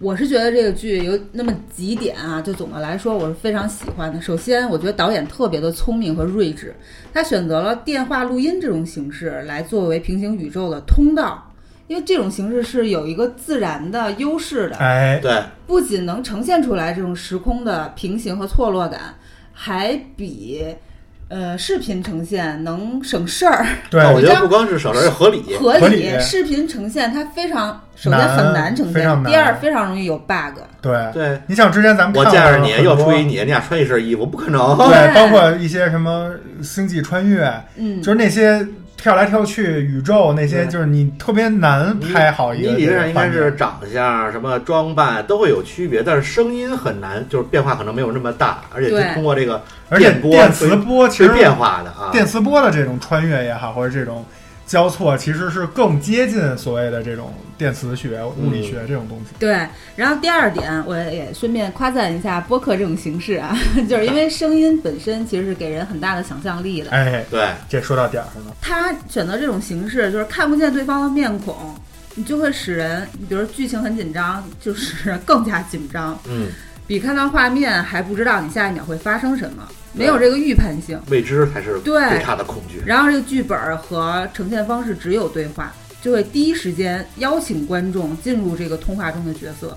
我是觉得这个剧有那么几点啊，就总的来说我是非常喜欢的。首先，我觉得导演特别的聪明和睿智，他选择了电话录音这种形式来作为平行宇宙的通道，因为这种形式是有一个自然的优势的，
哎，
对，
不仅能呈现出来这种时空的平行和错落感，还比呃视频呈现能省事儿。
哎对，
但我觉得不光是省事儿，也合理。
合
合理
视频呈现它非常，首先很难呈
非常
现，
难
第二非常容易有 bug。
对，
对，
你像之前咱们
我
看
见
到
着
的
你
很
要
多
出一你，你俩穿一身衣服，不可能。
对，包括一些什么星际穿越，
嗯，
就是那些跳来跳去宇宙那些，
对
就是你特别难
你
拍好一
你
个。
理论上应该是长相、什么装扮都会有区别，但是声音很难，就是变化可能没有那么大，而且
对
就通过这个
而且
电波
电磁波其
去
实
变化的啊。
电磁波的这种穿越也好，或者这种交错，其实是更接近所谓的这种电磁学、物理学这种东西。
对，然后第二点，我也顺便夸赞一下播客这种形式啊， <laughs> 就是因为声音本身其实是给人很大的想象力的。
哎，
对，
这说到点儿上了。
他选择这种形式，就是看不见对方的面孔，你就会使人，比如剧情很紧张，就是更加紧张，
嗯，
比看到画面还不知道你下一秒会发生什么，没有这个预判性。
未知才是
对
最大的恐惧。
然后这个剧本儿和呈现方式只有对话，就会第一时间邀请观众进入这个通话中的角色，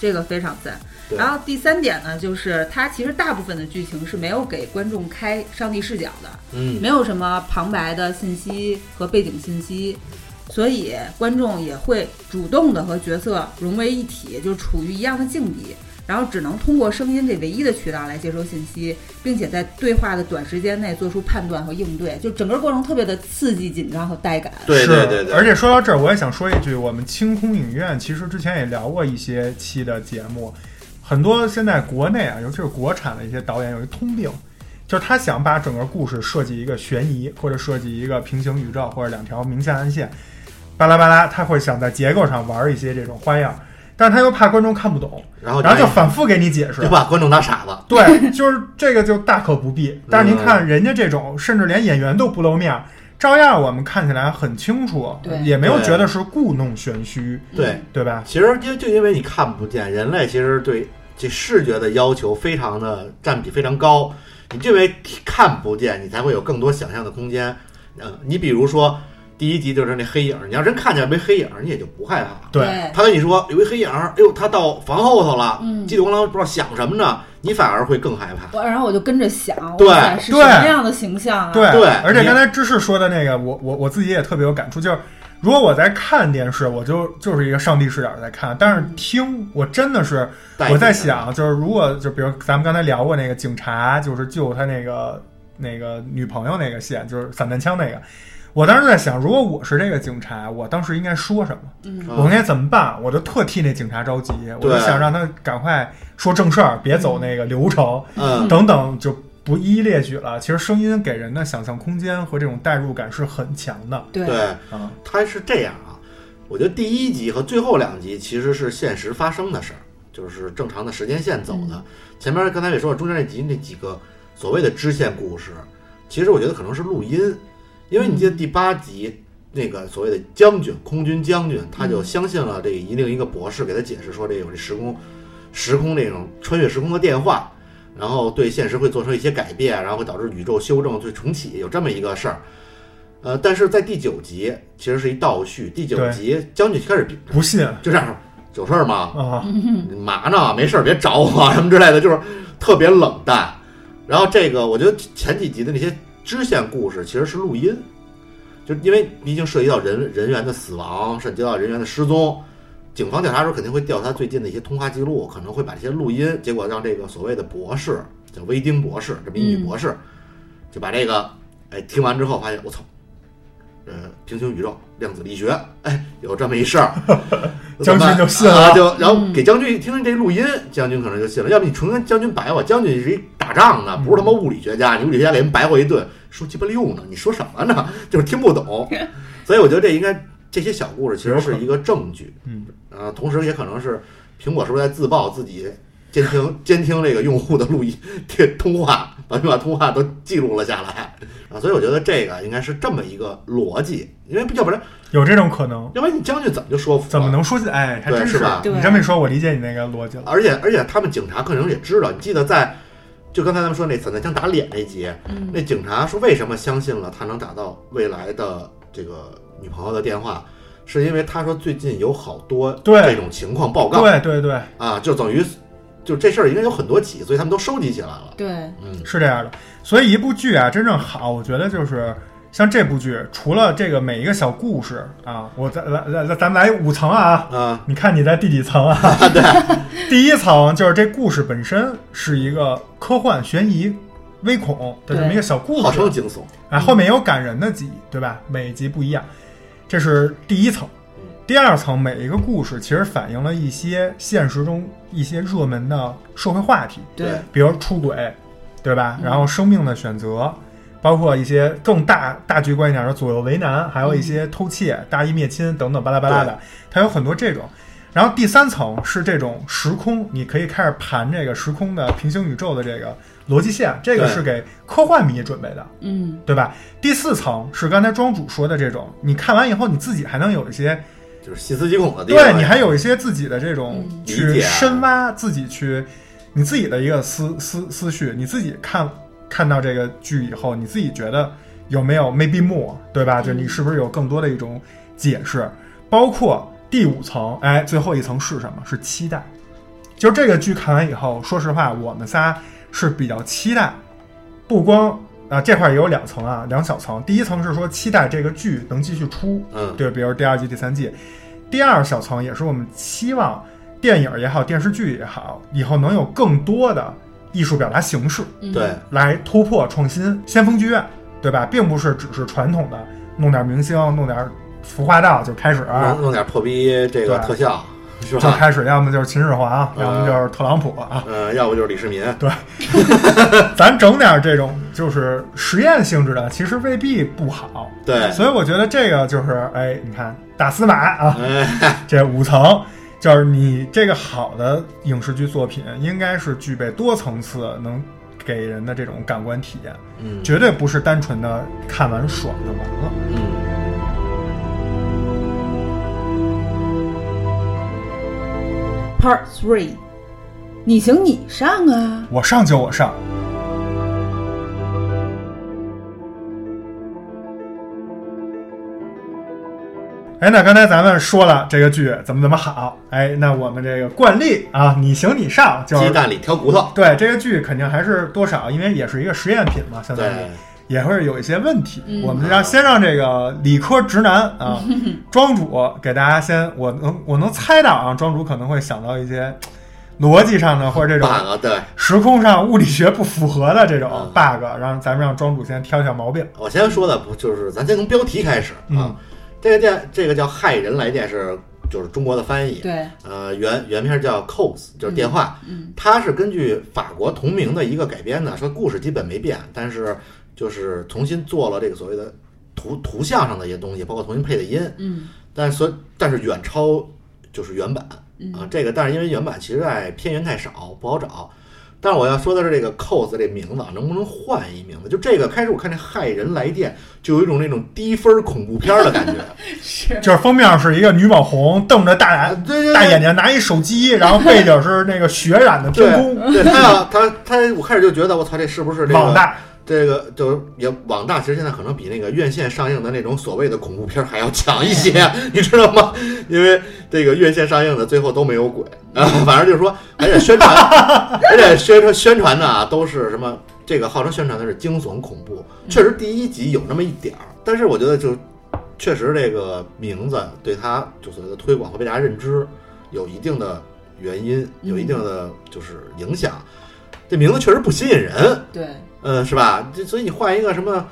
这个非常赞。
对
然后第三点呢，就是它其实大部分的剧情是没有给观众开上帝视角的，
嗯，
没有什么旁白的信息和背景信息，所以观众也会主动的和角色融为一体，就处于一样的境地。然后只能通过声音这唯一的渠道来接收信息，并且在对话的短时间内做出判断和应对，就整个过程特别的刺激、紧张和带感。
对
是
对对
而
对，
且说到这儿，我也想说一句，我们清空影院其实之前也聊过一些期的节目，很多现在国内啊，尤其是国产的一些导演有一通病，就是他想把整个故事设计一个悬疑，或者设计一个平行宇宙，或者两条明线暗线，巴拉巴拉，他会想在结构上玩一些这种花样，但是他又怕观众看不懂，
然后
然后就反复给你解
<laughs>
释
就。把观众当傻子。
<laughs> 对，就是这个就大可不必。
嗯
但是您看人家这种，甚至连演员都不露面儿，照样我们看起来很清楚
对，
也没有
对
觉得是故弄玄虚，
对，
对吧？
其实因为就因为你看不见，人类其实对这视觉的要求非常的占比非常高。你因为看不见，你才会有更多想象的空间。嗯，你比如说第一集就是那黑影儿，你要真看见没黑影儿，你也就不害怕。
对，
他跟你说有一黑影儿，哎呦，他到房后头了，
嗯
叽里咣啷不知道想什么呢，你反而会更害怕。
我然后我就跟着想，
对
哇塞是什
对
么样的形象啊？
对，
对
而且
你
刚才芝士说的那个，我我我自己也特别有感触，就是如果我在看电视，我就就是一个上帝视角在看，但是听我真的是
带
我在
进来，
想，就是如果就比如咱们刚才聊过那个警察，就是救他那个那个女朋友那个线，就是散弹枪那个。我当时在想，如果我是这个警察，我当时应该说什么？
嗯
嗯
我应该怎么办？我就特替那警察着急，我就
对
想让他赶快说正事儿，别走那个流程。
嗯，
等等就不一一列举了。其实声音给人的想象空间和这种代入感是很强的
对
对，
啊。
它是这样啊。我觉得第一集和最后两集其实是现实发生的事儿，就是正常的时间线走的。前面刚才也说了，中间那集那几个所谓的支线故事，其实我觉得可能是录音，因为你记得第八集。那个所谓的将军，空军将军，他就相信了这一另一个博士给他解释说，这有这时空，时空这种穿越时空的电话，然后对现实会做出一些改变，然后会导致宇宙修正对重启，有这么一个事儿。呃，但是在第九集其实是一倒叙，第九
对
集将军开始比
不信啊，
就这样说有事儿吗？
嗯
你嘛呢？没事儿，别找我 <laughs> 什么之类的，就是特别冷淡。然后这个，我觉得前几集的那些支线故事其实是录音，就因为毕竟涉及到人人员的死亡，涉及到人员的失踪，警方调查的时候肯定会调查最近的一些通话记录，可能会把这些录音，结果让这个所谓的博士叫威丁博士，这么一女博
嗯
士，就把这个哎听完之后发现，
<laughs>
我操，呃，平行宇宙量子力学，哎，有这么一事儿，
将军就信了
啊就然后给将军一听这录音，将军可能就信了。要不你纯跟将军白话，将军是一打仗的，不是他妈
嗯
物理学家，你物理学家给人白话一顿，说鸡巴溜呢，你说什么呢？ <laughs> 就是听不
<laughs>
懂。所以我觉得这应该这些小故事其实是一个证据，
嗯，
呃，同时也可能是苹果是不是在自曝自己监听监听这个用户的录音电通话，把把通话都记录了下来啊，所以我觉得这个应该是这么一个逻辑，因为要不然
有这种可能，
要不然你将军怎么就说服了？
怎么能说起？哎，还
对
真
是吧
你
对
这么一说，我理解你那个逻辑了。
而且而且他们警察可能也知道，你记得在就刚才咱们说那散弹枪打脸那集，那警察说为什么相信了他能打到未来的这个女朋友的电话，是因为他说最近有好多
对
这种情况报告，
对对对，
啊，就等于就这事儿应该有很多起，所以他们都收集起来了。
对，
嗯，
是这样的。所以一部剧啊，真正好，我觉得就是像这部剧，除了这个每一个小故事啊，我再来来来，咱们来五层啊，
啊，
你看你在第几层啊？
<laughs>
对，第一层就是这故事本身是一个科幻悬疑。微恐的这么一个小故
号
事，
称惊悚，
啊，后面有感人的集，对吧？每一集不一样，这是第一层。第二层每一个故事其实反映了一些现实中一些热门的社会话题，
对，
比如出轨，对吧？然后生命的选择，包括一些更大大局观一点的左右为难，还有一些偷窃、大义灭亲等等巴拉巴拉的，它有很多这种。然后第三层是这种时空，你可以开始盘这个时空的平行宇宙的这个逻辑线，这个
对
是给科幻迷准备的。
嗯，
对吧？第四层是刚才庄主说的这种，你看完以后你自己还能有一些，
就是细思极恐的地方。
对你还有一些自己的这种
嗯理
去
解啊
深挖自己去你自己的一个思思思绪，你自己看看到这个剧以后，你自己觉得有没有 maybe more，对
嗯
吧？就你是不是有更多的一种解释？包括第五层，哎，最后一层是什么？是期待。就这个剧看完以后，说实话，我们仨是比较期待，不光啊、这块儿也有两层啊，两小层。第一层是说期待这个剧能继续出，
嗯，
对，比如第二季、第三季。第二小层也是我们期望电影也好，电视剧也好，以后能有更多的艺术表达形式
嗯
对，
来突破创新，先锋剧院，对吧？并不是只是传统的弄点明星，弄点服化道就开始，
弄弄点破逼这个
嗯对
特效是
就
吧？
开始，要么就是秦始皇，要么就是特朗普啊。
嗯，要不就是李世民，
咱整点这种就是实验性质的，其实未必不好。
对，
所以我觉得这个就是，哎，你看大司马啊，
哎，
<laughs> 这五层，就是你这个好的影视剧作品，应该是具备多层次，能给人的这种感官体验，
嗯，
绝对不是单纯的看完爽就完了。
嗯，
Part Three，你行你上啊！
我上就我上，哎，那刚才咱们说了这个剧怎么怎么好，哎，那我们这个惯例啊，你行你上，就是
鸡蛋里挑骨头，
对这个剧肯定还是多少，因为也是一个实验品嘛，相当于
对，
也会有一些问题。
嗯
我们让先让这个理科直男啊，庄主给大家先，我能我能猜到啊，庄主可能会想到一些逻辑上的或者这种
bug 对。
时空上物理学不符合的这种
嗯
bug，让咱们让庄主先挑挑毛病。
我先说的不就是咱先从标题开始啊
嗯，
这个电这个叫害人来电是就是中国的翻译，
对，
呃，原原片叫 Calls，就是电话，
嗯
它是根据法国同名的一个改编的，说故事基本没变，但是就是重新做了这个所谓的图图像上的一些东西，包括重新配的音，
嗯
但是所但是远超就是原版
嗯
啊，这个但是因为原版其实在片源太少，不好找。但是我要说的是这个 cos 这名字啊，能不能换一名字？就这个开始我看这害人来电，就有一种那种低分恐怖片儿的 <laughs> 感觉。
是，
就是封面是一个女网红瞪着大眼
哎对对对
大眼睛拿一手机，然后背景是那个血染的天空，
<laughs> 对他要他他，我开始就觉得我操，这是不是这
网
个
大。
这个就是也网大？其实现在可能比那个院线上映的那种所谓的恐怖片儿还要强一些， <laughs> 你知道吗？因为这个院线上映的最后都没有鬼啊，反正就是说，而且宣传，而且宣传宣传的啊都是什么？这个号称宣传的是惊悚恐怖，确实第一集有那么一点儿，但是我觉得就确实这个名字对它就所谓的推广和被大家认知有一定的原因，有一定的就是影响。这名字确实不吸引人，
对，
嗯，是吧？这所以你换一个什么？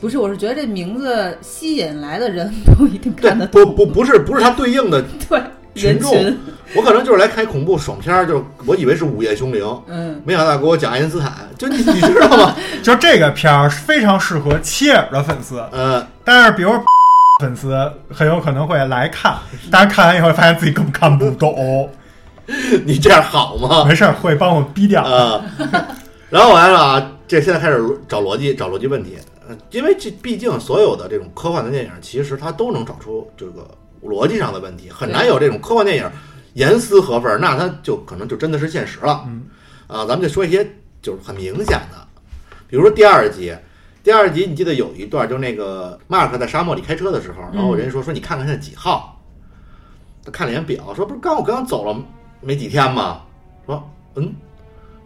不是，我是
<laughs>
觉得这名字吸引来的人不一定
对
看得，
不不不是不是它对应的
对，
群
人
众，
群，
我可能就是来看恐怖爽片儿，就是我以为是《午夜凶铃》，
嗯，
没想到给我讲爱因斯坦，就你你知道吗？
就这个片儿非常适合切耳的粉丝，
呃， <laughs>
但是比如粉丝很有可能会来看，但是看完以后发现自己根本看不懂，
你这样好吗？
没事儿会帮我逼掉。
啊、然后完了啊，这现在开始找逻辑，找逻辑问题。呃因为这毕竟所有的这种科幻的电影，其实它都能找出这个逻辑上的问题，很难有这种科幻电影严丝合缝，那它就可能就真的是现实了。
嗯，
啊，咱们就说一些就是很明显的，比如说第二集。第二集你记得有一段，就那个马克在沙漠里开车的时候，然后人家说说你看看现在几号，他看了一眼表，说不是刚我刚走了没几天吗？说嗯，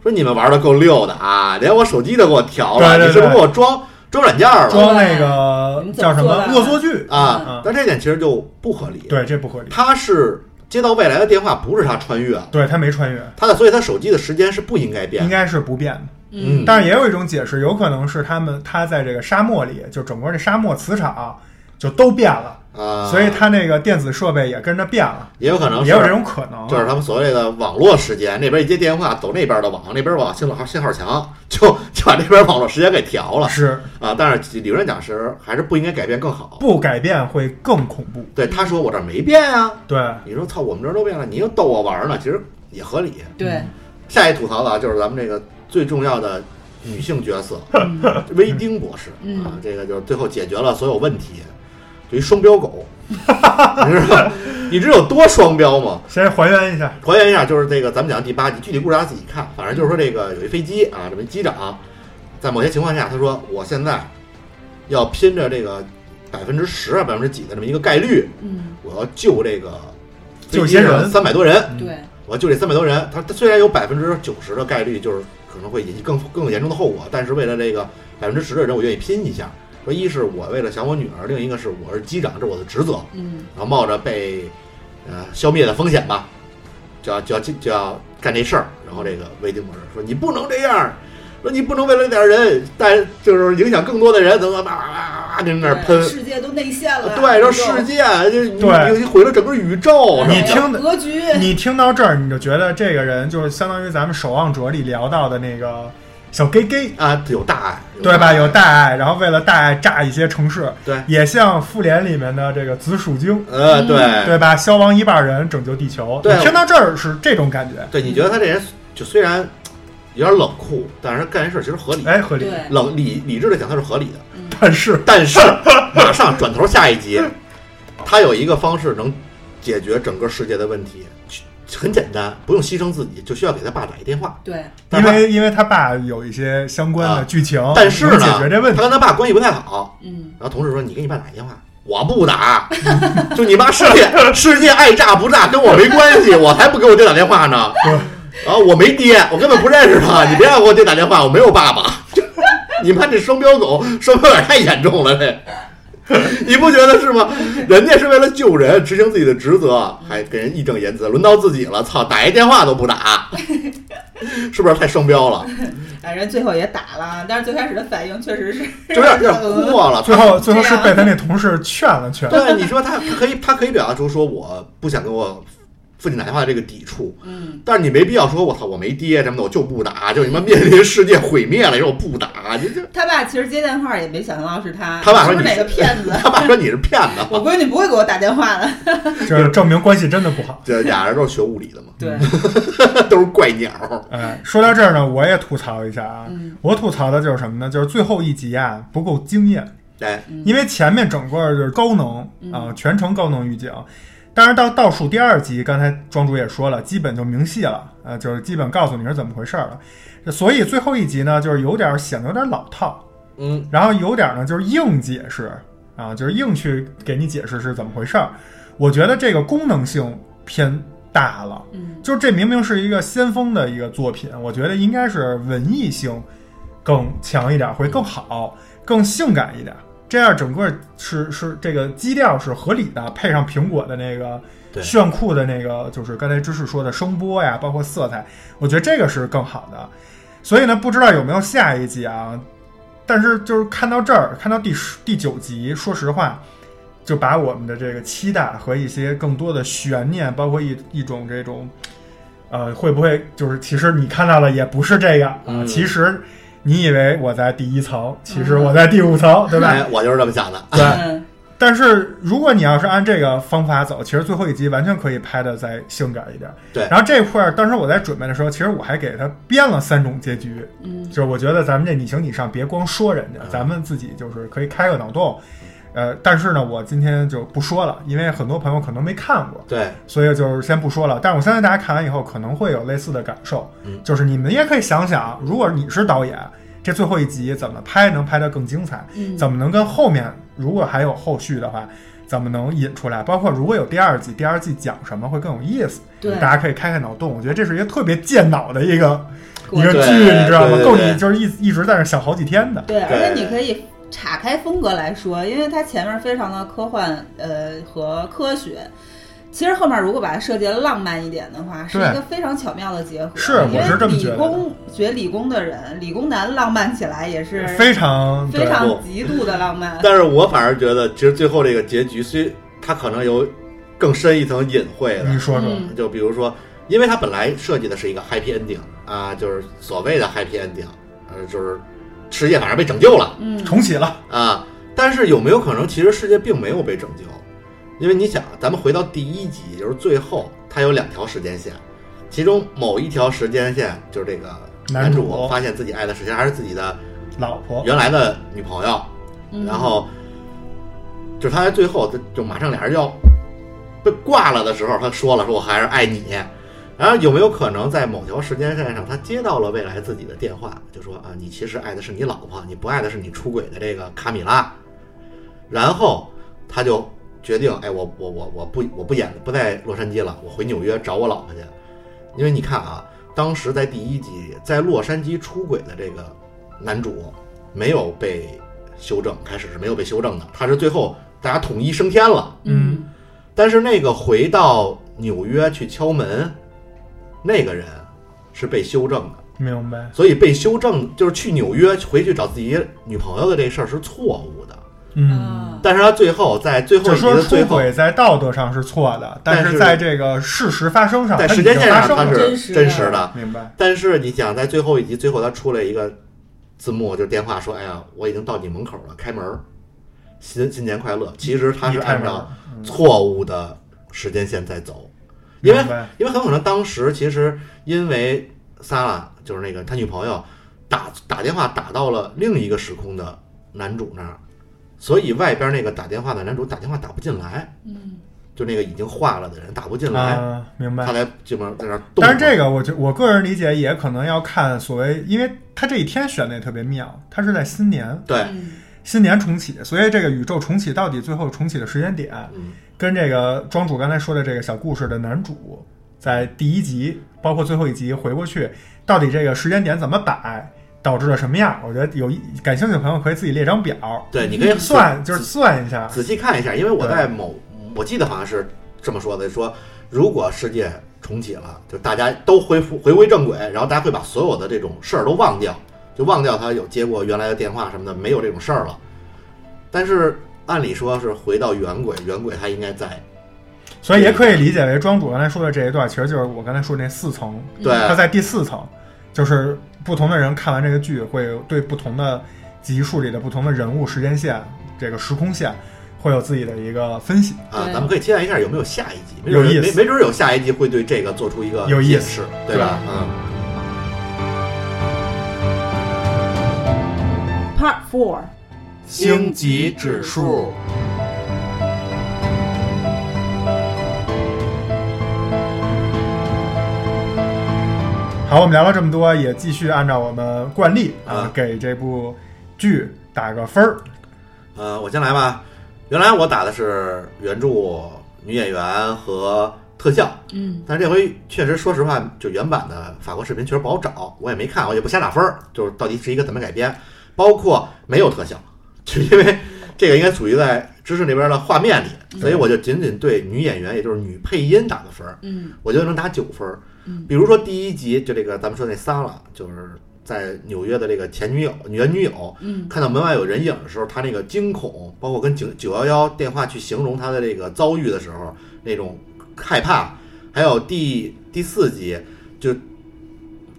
说你们玩的够溜的啊，连我手机都给我调了，
对对对
你是不是给我装装软件了
装那个
对
叫什么
你们怎么做的
恶作剧，
啊
嗯？
但这点其实就不合理。，
对，这不合理。
他是接到未来的电话，不是他穿越了，
对他没穿越，
他的所以他手机的时间是不应该变
应
的。
该是不变的。
嗯，
但是也有一种解释，有可能是他们他在这个沙漠里，就整个这沙漠磁场就都变了，
啊，
所以他那个电子设备也跟着变了，
也有可能
也有这种可能。
就是他们所谓的网络时间，那边一接电话走那边的网，那边网信号信号强，就就把这边网络时间给调了
是
啊。但是理论讲是还是不应该改变更好。
不改变会更恐怖。
对，他说我这儿没变啊，
对，
你说操，我们这儿都变了，你又逗我玩儿呢，其实也合理。
对，
下一吐槽的啊，就是咱们这个最重要的女性角色
嗯
<laughs> 威丁博士
嗯
啊，这个就是最后解决了所有问题，就一双标
<laughs>
狗，你知道你知道有多双标吗？
先还原一下，
还原一下，就是这个咱们讲第八集，具体故事大家自己看。反正就是说，这个有一飞机啊，这么一机长，在某些情况下，他说我现在要拼着这个百分之十啊、百分之几的这么一个概率，
嗯，
我要救这个
救一些人
三百多人，
嗯
对，
我要救这三百多人。他他虽然有百分之九十的概率就是可能会引起更更严重的后果，但是为了这个百分之十的人，我愿意拼一下。说一是我为了想我女儿，另一个是我是机长，这是我的职责。
嗯
然后冒着被呃消灭的风险吧，就要就要就要干这事儿。然后这个维丁博士说：“你不能这样，说你不能为了那点人，但就是影响更多的人，怎么叭叭叭叭就在那儿喷
对。”世界都内陷了，
对，说
这
世
界
界，就你
对
你毁了整个宇宙。
你
是吧
听的
格局，
你听到这儿你就觉得这个人就是相当于咱们《守望者》里聊到的那个小 gay gay，
啊，有大爱，
对吧？
大爱
有大爱，然后为了大爱炸一些城市，
对
也像复联里面的这个紫薯精，
呃，对
嗯对吧？消亡一半人，拯救地球。
对
你听到这儿是这种感觉，
对，你觉得他这人就虽然呃有点冷酷，但是他干这事儿其实合理。
哎，合理。
对，
冷理理智的讲，他是合理的。
但是
但
<laughs>
是马上转头下一集，他有一个方式能解决整个世界的问题，很简单，不用牺牲自己，就需要给他爸打一电话。
对，
因为因为他爸有一些相关的剧情，
啊但是
哦能
呢，
解决这问
他跟
题，
他爸关系不太好，
嗯
然后同事说：“你给你爸打一电话。”我不打， <laughs> 就你妈世界世界爱炸不炸跟我没关系，我才不给我爹打电话呢。然啊后我没爹，我根本不认识他，你别让我爹打电话，我没有爸 <laughs> 爸。你妈这双标狗，双标有点太严重了，这 <laughs> 你不觉得是吗？人家是为了救人，执行自己的职责，还给人义正言辞，轮到自己了，操，打一电话都不打， <laughs> 是不是太双标了？
哎，人最后也打了，但是最开始的反应确实是
就有点有点过了。
最
啊
后最后
这
是
样
被他那同事劝了劝。
对，你说他他可以，他可以表达出说我不想跟我父亲打电话这个抵触，
嗯，
但是你没必要说我操我没爹什么的，我就不打，就你妈面临世界毁灭了，你说我不打，你这
他爸，其实接电话也没想到是他，
他爸说
是不是
你
哪
是 <laughs>
个骗 <laughs> 子？
他爸说你是骗子，啊
<laughs> 我闺女不会给我打电话的。
这证明关系真的不好。
这俩人都是学物理的嘛，
对，
都是怪鸟。
哎，说到这儿呢，我也吐槽一下啊，
嗯
我吐槽的就是什么呢？就是最后一集啊不够惊艳，
哎，
嗯
嗯
因为前面整个就是高能啊、全程高能预警。但是到倒数第二集，刚才庄主也说了，基本就明细了，呃，就是基本告诉你是怎么回事儿了。所以最后一集呢，就是有点儿显得有点老套，
嗯，
然后有点儿呢就是硬解释啊，就是硬去给你解释是怎么回事儿。我觉得这个功能性偏大了，
嗯，
就是这明明是一个先锋的一个作品，我觉得应该是文艺性更强一点，会更好，更性感一点。这样整个是是这个基调是合理的，配上苹果的那个
对
炫酷的那个，就是刚才芝士说的声波呀，包括色彩，我觉得这个是更好的。所以呢，不知道有没有下一季啊？但是就是看到这儿，看到第十第九集，说实话，就把我们的这个期待和一些更多的悬念，包括一一种这种，呃，会不会就是其实你看到了也不是这样啊？
嗯
其实你以为我在第一层，其实我在第五层，对吧？
<laughs> 哎，我就是这么想的。
对。
嗯，
但是如果你要是按这个方法走，其实最后一集完全可以拍的再性感一点。
对
然后这块儿，当时我在准备的时候，其实我还给他编了三种结局。
嗯，
就是我觉得咱们这你行你上，别光说人家
嗯，
咱们自己就是可以开个脑洞。呃，但是呢，我今天就不说了，因为很多朋友可能没看过，
对，
所以就是先不说了。但是我相信大家看完以后可能会有类似的感受，
嗯
就是你们也可以想想，如果你是导演，这最后一集怎么拍能拍得更精彩？
嗯
怎么能跟后面如果还有后续的话，怎么能引出来？包括如果有第二季，第二季讲什么会更有意思？
对
大家可以开开脑洞。我觉得这是一个特别健脑的一个
对
一个剧，你知道吗
对对？对
够你就是一一直在那想好几天的。
对，而
对
且你可以岔开风格来说，因为它前面非常的科幻，呃和科学。其实后面如果把它设计的浪漫一点的话，是一
对
个非常巧妙的结合。
是
因为
我是这么觉得
理工学理工的人，理工男浪漫起来也是
非常
非
对，
常极度的浪漫。
但是我反而觉得，其实最后这个结局，虽它可能有更深一层隐晦的，
你说说，
嗯
就比如说，因为它本来设计的是一个 happy ending 啊，就是所谓的 happy ending，呃，就是世界反正被拯救了
嗯，
重启了，
啊。但是有没有可能，其实世界并没有被拯救？因为你想，咱们回到第一集，也就是最后，它有两条时间线，其中某一条时间线就是这个男
男主
主发现自己爱的实际上还是自己的
老婆
原来的女朋友，
嗯
然后就是他在最后就就马上俩人要被挂了的时候，他说了说我还是爱你。然后有没有可能在某条时间线上，他接到了未来自己的电话，就说啊，你其实爱的是你老婆，你不爱的是你出轨的这个卡米拉。然后他就决定，哎，我我我我不我不演不在洛杉矶了，我回纽约找我老婆去。因为你看啊，当时在第一集在洛杉矶出轨的这个男主没有被修正，开始是没有被修正的，他是最后大家统一升天了。
嗯，
但是那个回到纽约去敲门，那个人是被修正的，
明白？
所以被修正就是去纽约回去找自己女朋友的这事儿是错误的。
嗯。
但是他最后在最后
就
一集
说
的最
出
后，
轨在道德上是错的，但
但是
是在这个事实发生上，
在
它
时
已
间
经
线
发
上
生
他
了。
是真
真
实
实
的，
明白？
但是你想在最后一集最后他出来一个字幕，就是电话说：“哎呀，我已经到你门口了，开门儿，新新年快乐。”其实他是
一嗯开
按
门嗯
照错误的时间线在走，因为
明白
因为很可能当时其实因为萨拉就是那个他女朋友打打电话打到了另一个时空的男主那儿，所以外边那个打电话的男主打电话打不进来，
嗯，
就那个已经化了的人打不进来，
啊，明白
他。才进门在那儿哎动。
但是这个，我觉我个人理解也可能要看所谓，因为他这一天选的也特别妙，他是在新年，
对，
嗯
新年重启，所以这个宇宙重启到底最后重启的时间点，
嗯，
跟这个庄主刚才说的这个小故事的男主，在第一集包括最后一集回过去，到底这个时间点怎么摆，导致了什么样？我觉得有一感兴趣的朋友可以自己列张表，
对，你可以
算就是算一下，
仔细看一下，因为我
对
在某，我记得好像是这么说的，说如果世界重启了，就大家都恢复回归正轨，然后大家会把所有的这种事儿都忘掉，就忘掉他有接过原来的电话什么的，没有这种事儿了。但是按理说是回到原轨，原轨它应该在
所以也可以理解为庄主刚才说的这一段，其实就是我刚才说的那四层
对，啊
他在第四层，就是不同的人看完这个剧，会有对不同的集数里的不同的人物、时间线、这个时空线，会有自己的一个分析。
啊，
对
咱们可以期待一下有没有下一集，没
有
准
意思
没没准儿有下一集会对这个做出一个
有意
解释，
思
对吧？嗯。
Part Four，
星级指数。
好，我们聊了这么多，也继续按照我们惯例
啊
给这部剧打个分儿。
呃，我先来吧。原来我打的是原著、女演员和特效，
嗯，
但是这回确实，说实话，就原版的法国视频确实不好找，我也没看，我也不瞎打分儿，就是到底是一个怎么改编，包括没有特效，就因为这个应该属于在知识那边的画面里，所以我就仅仅对女演员，也就是女配音打个分儿，
嗯，
我觉得能打九分儿。比如说第一集就这个咱们说那萨拉，就是在纽约的这个前女友、原女友
嗯
看到门外有人影的时候，他那个惊恐，包括跟九九幺幺电话去形容他的这个遭遇的时候，那种害怕，还有第第四集就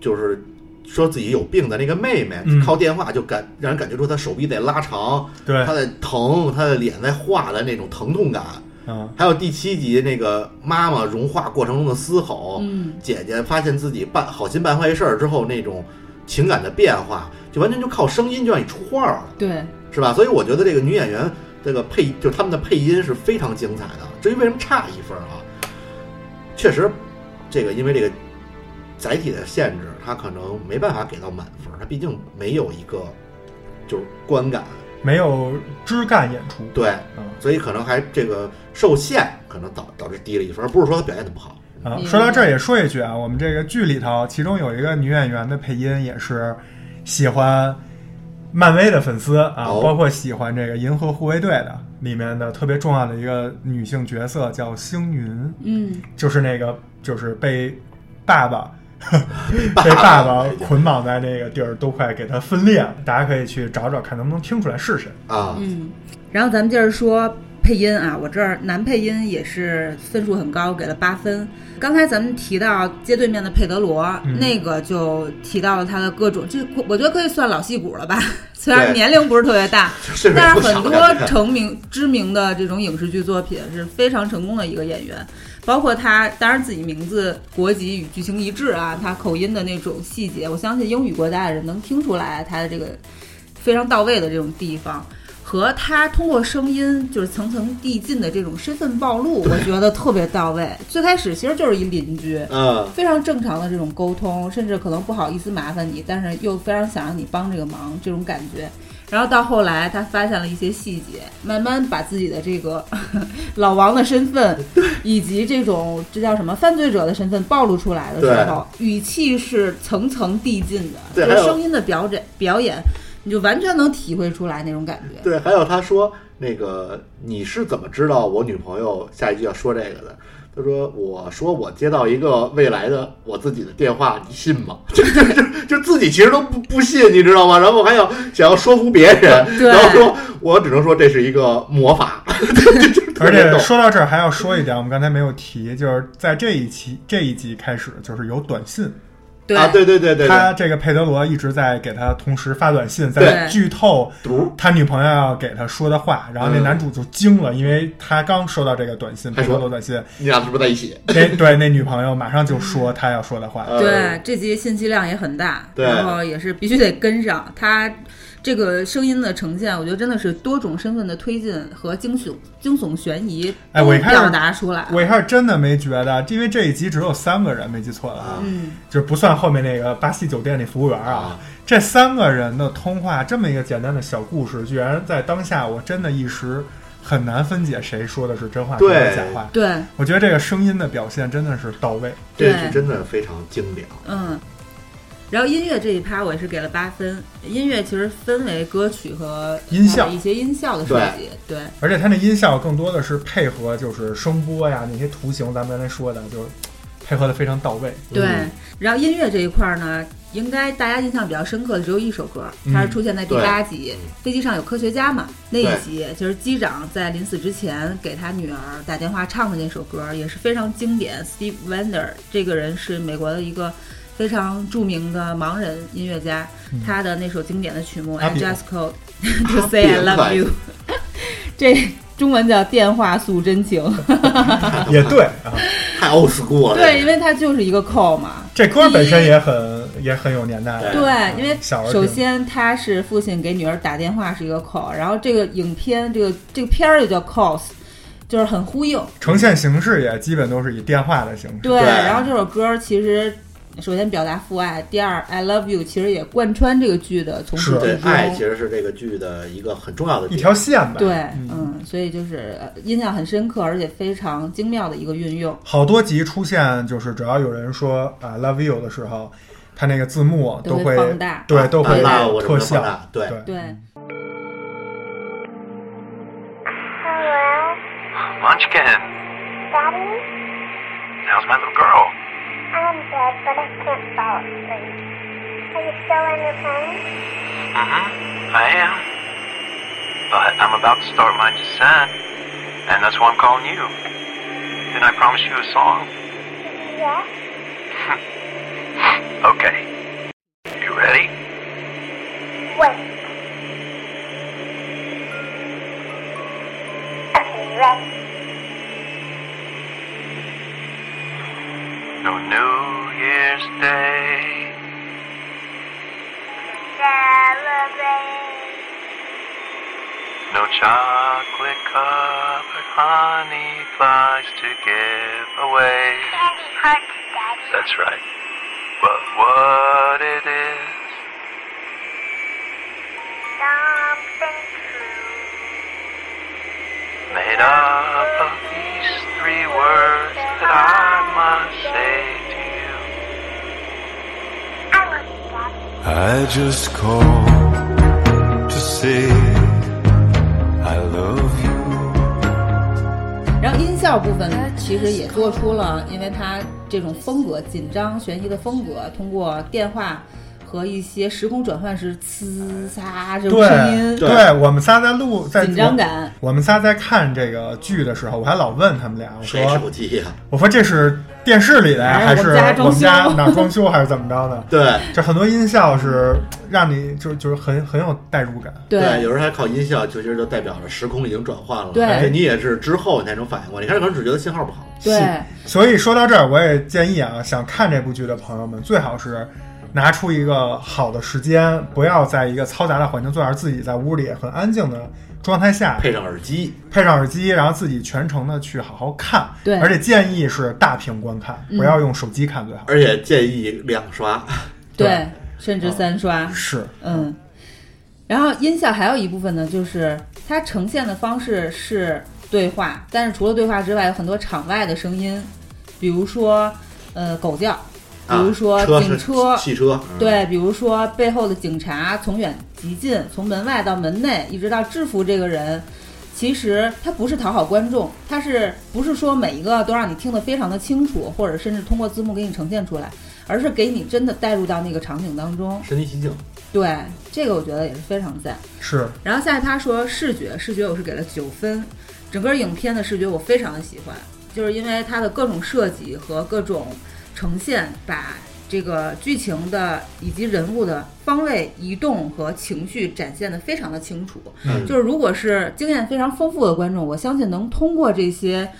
就是说自己有病的那个妹妹，
嗯
靠电话就感让人感觉出她手臂在拉长，
对
她，在疼，她的脸在化的那种疼痛感，
嗯，
还有第七集那个妈妈融化过程中的嘶吼，
嗯，
姐姐发现自己办好心办坏事儿之后那种情感的变化，就完全就靠声音就让你出画儿了。
对，
是吧？所以我觉得这个女演员这个配就是他们的配音是非常精彩的。至于为什么差一分啊，确实这个因为这个载体的限制，它可能没办法给到满分，它毕竟没有一个就是观感，
没有枝干演出，
对，
嗯
所以可能还这个受限，可能导导致低了一分，而不是说她表现的不好。
啊
嗯，
说到这儿也说一句啊，我们这个剧里头，其中有一个女演员的配音也是喜欢漫威的粉丝啊，
哦
包括喜欢这个《银河护卫队》的里面的特别重要的一个女性角色叫星云，
嗯，
就是那个就是被爸
<laughs>
爸被爸爸捆绑在那个地儿，都快给他分裂了。大家可以去找找看能不能听出来是谁。
啊， <laughs>
嗯，然后咱们接着说配音啊，我这儿男配音也是分数很高，给了八分。刚才咱们提到街对面的佩德罗，
嗯
那个就提到了他的各种，这我觉得可以算老戏骨了吧， <laughs> 虽然
对
年龄不是特别大，
是
但
不
是很
想
多
让你看
成名知名的这种影视剧作品是非常成功的一个演员，包括他，当然自己名字、国籍与剧情一致啊，他口音的那种细节，我相信英语国家的人能听出来他的这个非常到位的这种地方。和他通过声音就是层层递进的这种身份暴露，我觉得特别到位。最开始其实就是一邻居，
嗯，
非常正常的这种沟通，甚至可能不好意思麻烦你，但是又非常想让你帮这个忙，这种感觉。然后到后来，他发现了一些细节，慢慢把自己的这个 <laughs> 老王的身份，
<laughs>
以及这种这叫什么犯罪者的身份暴露出来的时候，语气是层层递进的，
对
就
还
是
有
声音的表演表演，你就完全能体会出来那种感觉。
对，还有他说那个你是怎么知道我女朋友下一句要说这个的？他说我说我接到一个未来的我自己的电话，你信吗？ <laughs> 就就就就自己其实都不不信，你知道吗？然后还要想要说服别人，
对
然后说我只能说这是一个魔法， <laughs> 就就特
而
别
且
逗。
说到这儿还要说一点，我们刚才没有提，就是在这一期这一集开始，就是有短信。
对
啊，对对对对对，
他这个佩德罗一直在给他同时发短信，
对
在剧透
毒
他女朋友要给他说的话，然后那
嗯
男主就惊了，因为他刚收到这个短信，
他
佩
说
德罗短信，
你俩是不是在一起？
那对那女朋友马上就说他要说的话，
呃
对，这集信息量也很大，
对
然后也是必须得跟上它这个声音的呈现，我觉得真的是多种身份的推进和惊悚、惊悚、悬疑
哎
都
我一开始
表达出来了。
我一开始真的没觉得，因为这一集只有三个人，没记错的话，
嗯，
就是不算后面那个巴西酒店那服务员啊
啊，
这三个人的通话这么一个简单的小故事，居然在当下我真的一时很难分解谁说的是真话，谁
对
说的是假话。
对，
我觉得这个声音的表现真的是到位，
这
对
是真的非常精
<laughs>
良。
嗯。然后音乐这一趴我也是给了八分，音乐其实分为歌曲和呃
音效
还有一些音效的设计，对
而且它那音效更多的是配合就是声波呀那些图形，咱们刚才说的就配合的非常到位。
对
嗯
然后音乐这一块儿呢，应该大家印象比较深刻的只有一首歌，
嗯
它是出现在第
对
八集
嗯
《飞机上有科学家》嘛那一
对
集，就是机长在临死之前给他女儿打电话唱的那首歌，也是非常经典。Steve Wonder 这个人是美国的一个非常著名的盲人音乐家，
嗯
他的那首经典的曲目《
阿
I
炳
Just Called to Say I
阿炳
Love You》，这中文叫电话诉真情。
也对啊，
太 old school 了。
对，因为它就是一个 call 嘛，
这歌本身也很也很有年代。
对，因为
小而
首
听
先他是父亲给女儿打电话是一个 call，然后这个影片这个这个片儿也叫 calls，就是很呼应。
呈现形式也基本都是以电话的形式。
对，
对
然后这首歌其实首先表达父爱，第二 I love you 其实也贯穿这个剧的从始
是
对
至
对，爱其
终。
实是这个剧的一个很重要的
一
点。
条线吧。
对，
嗯
嗯，所以就是呃印象很深刻，而且非常精妙的一个运用。
好多集出现，就是只要有人说啊 “love you” 的时候，它那个字幕
都
都
会
会
放大
对，都会
啊那我
特
什么
效。
的，对，
对，
对，
Hello,
Munchkin,
Daddy?
how's my little girl?
I'm good, but I can't fall asleep. I Are you still on your phone?
Mm-hmm. I am. But I'm about to start my descent, and that's why I'm calling you. Didn't I promise you a song?
Yes.
Okay. You ready?
Wait. Okay, ready.
No New Year's Day.
Celebrate.
No chocolate covered honey flies to give away.
Candy hearts, Daddy.
That's right. But what it is,
Something true.
made up of these three words that I must say to you.
I love you, Daddy.
I just called to say I love you.
然后音效部分其实也做出了，因为它这种风格紧张悬疑的风格，通过电话和一些时空转换时呲嚓这种声
对
音，
对，我们仨在录在
紧张感
我。我们仨在看这个剧的时候，我还老问他们俩，我
谁手
说
机呀？
我说这是电视里的呀，还
哎
是
我
我
们家装修
们家哪儿装修还是怎么 <laughs> 着的？
对
这很多音效是让你就就是很很有代入感。
对，有时候还靠音效，其实就代表着时空已经转换了。
对
而且你也是之后你才能反应过来，你开始可能只觉得信号不好。
对，
所以说到这儿，我也建议啊，想看这部剧的朋友们，最好是拿出一个好的时间，不要在一个嘈杂的环境，最好是自己在屋里很安静的状态下，
配上耳机，
配上耳机，然后自己全程的去好好看。
对
而且建议是大屏观看，不要用手机看最好。
而且建议两刷。
对，甚至三刷，
是，
嗯。然后音效还有一部分呢，就是它呈现的方式是对话，但是除了对话之外，有很多场外的声音，比如说呃狗叫，比
啊
如说
车
警
是
车，
汽车，嗯，
对，比如说背后的警察从远及近，从门外到门内，一直到制服这个人，其实他不是讨好观众，他是不是说每一个都让你听得非常的清楚，或者甚至通过字幕给你呈现出来，而是给你真的带入到那个场景当中。
嗯身临其境。
对，这个我觉得也是非常赞。
是，
然后下一趴说视觉，视觉我是给了九分，整个影片的视觉我非常的喜欢，就是因为它的各种设计和各种呈现，把这个剧情的以及人物的方位、移动和情绪展现的非常的清楚。
嗯
就是如果是经验非常丰富的观众，我相信能通过这些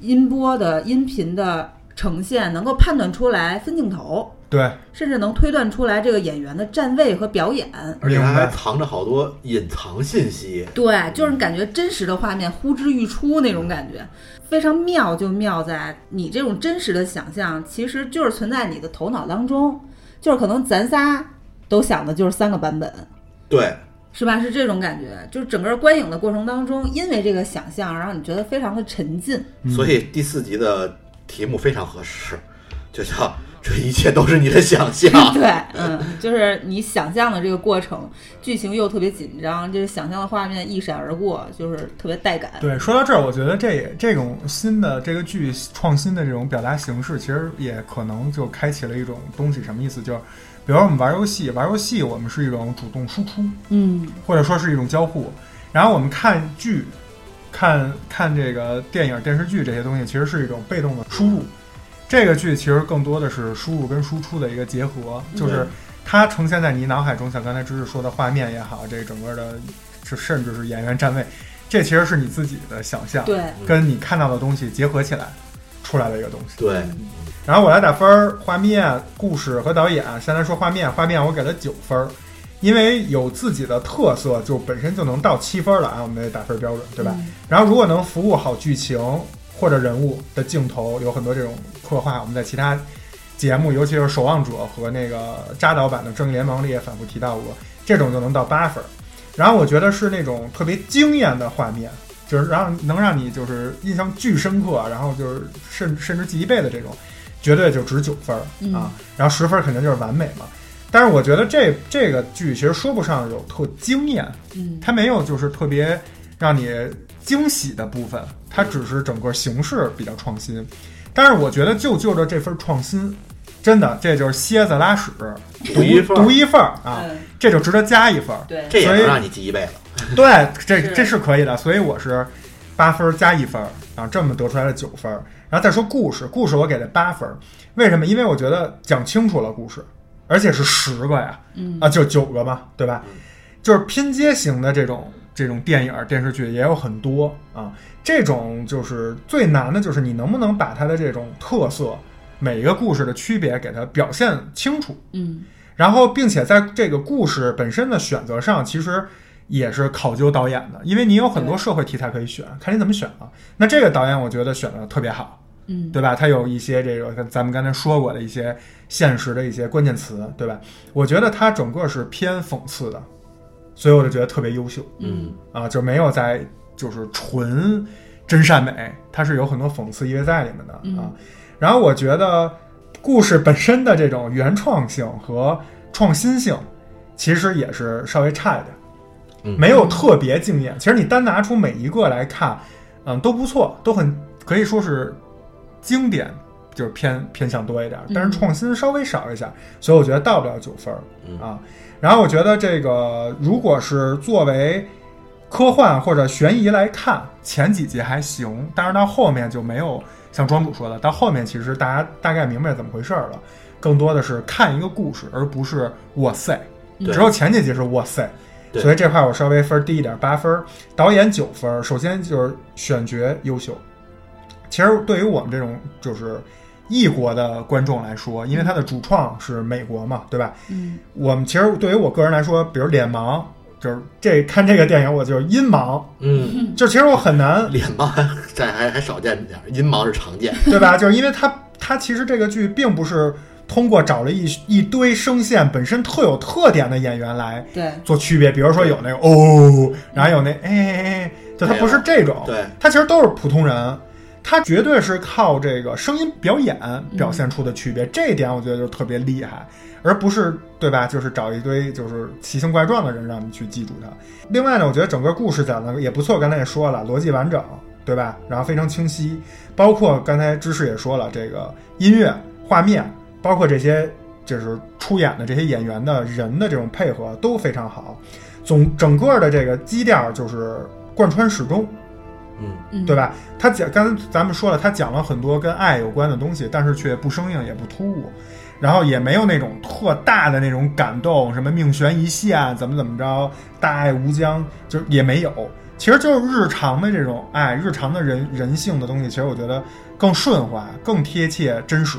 音波的音频的呈现，能够判断出来分镜头，
对，
甚至能推断出来这个演员的站位和表演。
而且它
明白
还藏着好多隐藏信息。
对，就是感觉真实的画面呼之欲出那种感觉，非常妙，就妙在你这种真实的想象，其实就是存在你的头脑当中，就是可能咱仨都想的就是三个版本，
对，
是吧？是这种感觉，就是整个观影的过程当中，因为这个想象，然后你觉得非常的沉浸，”。
嗯
所以第四集的题目非常合适，就叫“这一切都是你的想象
<laughs> 对，嗯，就是你想象的这个过程，剧情又特别紧张，就是想象的画面一闪而过，就是特别带感。
对，说到这儿，我觉得这也这种新的这个剧创新的这种表达形式，其实也可能就开启了一种东西，什么意思？就是比如我们玩游戏，玩游戏我们是一种主动输出，
嗯，
或者说是一种交互。然后我们看剧、看看这个电影、电视剧这些东西，其实是一种被动的输入。这个剧其实更多的是输入跟输出的一个结合，就是它呈现在你脑海中，像刚才知识说的画面也好，这整个的，就甚至是演员站位，这其实是你自己的想象，
对，
跟你看到的东西结合起来出来的一个东西。
对，
然后我来打分儿，画面、故事和导演。先来说画面，画面我给了九分儿，因为有自己的特色，就本身就能到七分儿了啊，我们的打分标准，对吧？然后如果能服务好剧情或者人物的镜头，有很多这种刻画，我们在其他节目，尤其是《守望者》和那个扎导版的《正义联盟》里也反复提到过，这种就能到八分儿。然后我觉得是那种特别惊艳的画面，就是让能让你就是印象巨深刻，然后就是甚甚至记一辈子这种，绝对就值九分儿啊。然后十分儿肯定就是完美嘛。但是我觉得这这个剧其实说不上有特惊艳，
嗯，
它没有就是特别让你惊喜的部分，它只是整个形式比较创新。但是我觉得就就着这份创新，真的，这就是蝎子拉屎，
独
独
一份儿
独一份儿啊，
嗯，
这就值得加一份儿。
对，
这也
所
能
以
让你记一辈子。
对，这
是
这是可以的，所以我是八分儿加一分儿啊，这么得出来了九分儿。然后再说故事，故事我给了八分儿，为什么？因为我觉得讲清楚了故事，而且是十个呀，
嗯
啊，就九个嘛，对吧
嗯？
就是拼接型的这种这种电影儿电视剧也有很多啊，这种就是最难的就是你能不能把它的这种特色，每一个故事的区别给它表现清楚。
嗯
然后，并且在这个故事本身的选择上，其实也是考究导演的，因为你有很多社会题材可以选，看你怎么选了、那这个导演我觉得选的特别好，
嗯，
对吧？他有一些这个咱们刚才说过的一些现实的一些关键词，对吧？我觉得他整个是偏讽刺的，所以我就觉得特别优秀
嗯，
啊，就没有在就是纯真善美，它是有很多讽刺意味在里面的啊。然后我觉得故事本身的这种原创性和创新性，其实也是稍微差一点，
嗯
没有特别惊艳。其实你单拿出每一个来看，嗯，都不错，都很可以说是经典，就是偏偏向多一点，但是创新稍微少一下，所以我觉得到不了九分儿
嗯
啊。然后我觉得这个如果是作为科幻或者悬疑来看，前几集还行，但是到后面就没有像庄主说的，到后面其实大家大概明白怎么回事儿了，更多的是看一个故事，而不是哇塞。
对
只有前几集是哇塞，
对
所以这块我稍微分儿低一点，八分儿。导演九分儿，首先就是选角优秀。其实对于我们这种就是异国的观众来说，因为它的主创是美国嘛，对吧？
嗯，
我们其实对于我个人来说，比如脸盲，就是这看这个电影我就是音盲，
嗯，
就其实我很
<laughs>
难，
脸盲还在还还少见点儿，阴盲是常见。
对吧？ <laughs> 就是因为它它其实这个剧并不是通过找了一一堆声线本身特有特点的演员来
对，
做区别，比如说有那个哦，然后有那哎哎哎，就它不是这种，
对，
它其实都是普通人，它绝对是靠这个声音表演表现出的区别，这一点我觉得就特别厉害，而不是对吧？就是找一堆就是奇形怪状的人让你去记住它。另外呢，我觉得整个故事讲的也不错，刚才也说了，逻辑完整，对吧？然后非常清晰，包括刚才知识也说了，这个音乐、画面，包括这些就是出演的这些演员的人的这种配合都非常好，总整个的这个基调就是贯穿始终。
嗯
嗯
对？吧？他讲，刚才咱们说了，他讲了很多跟爱有关的东西，但是却不生硬，也不突兀，然后也没有那种特大的那种感动，什么命悬一线，怎么怎么着，大爱无疆，就也没有。其实就是日常的这种爱，日常的人人性的东西，其实我觉得更顺滑，更贴切真实。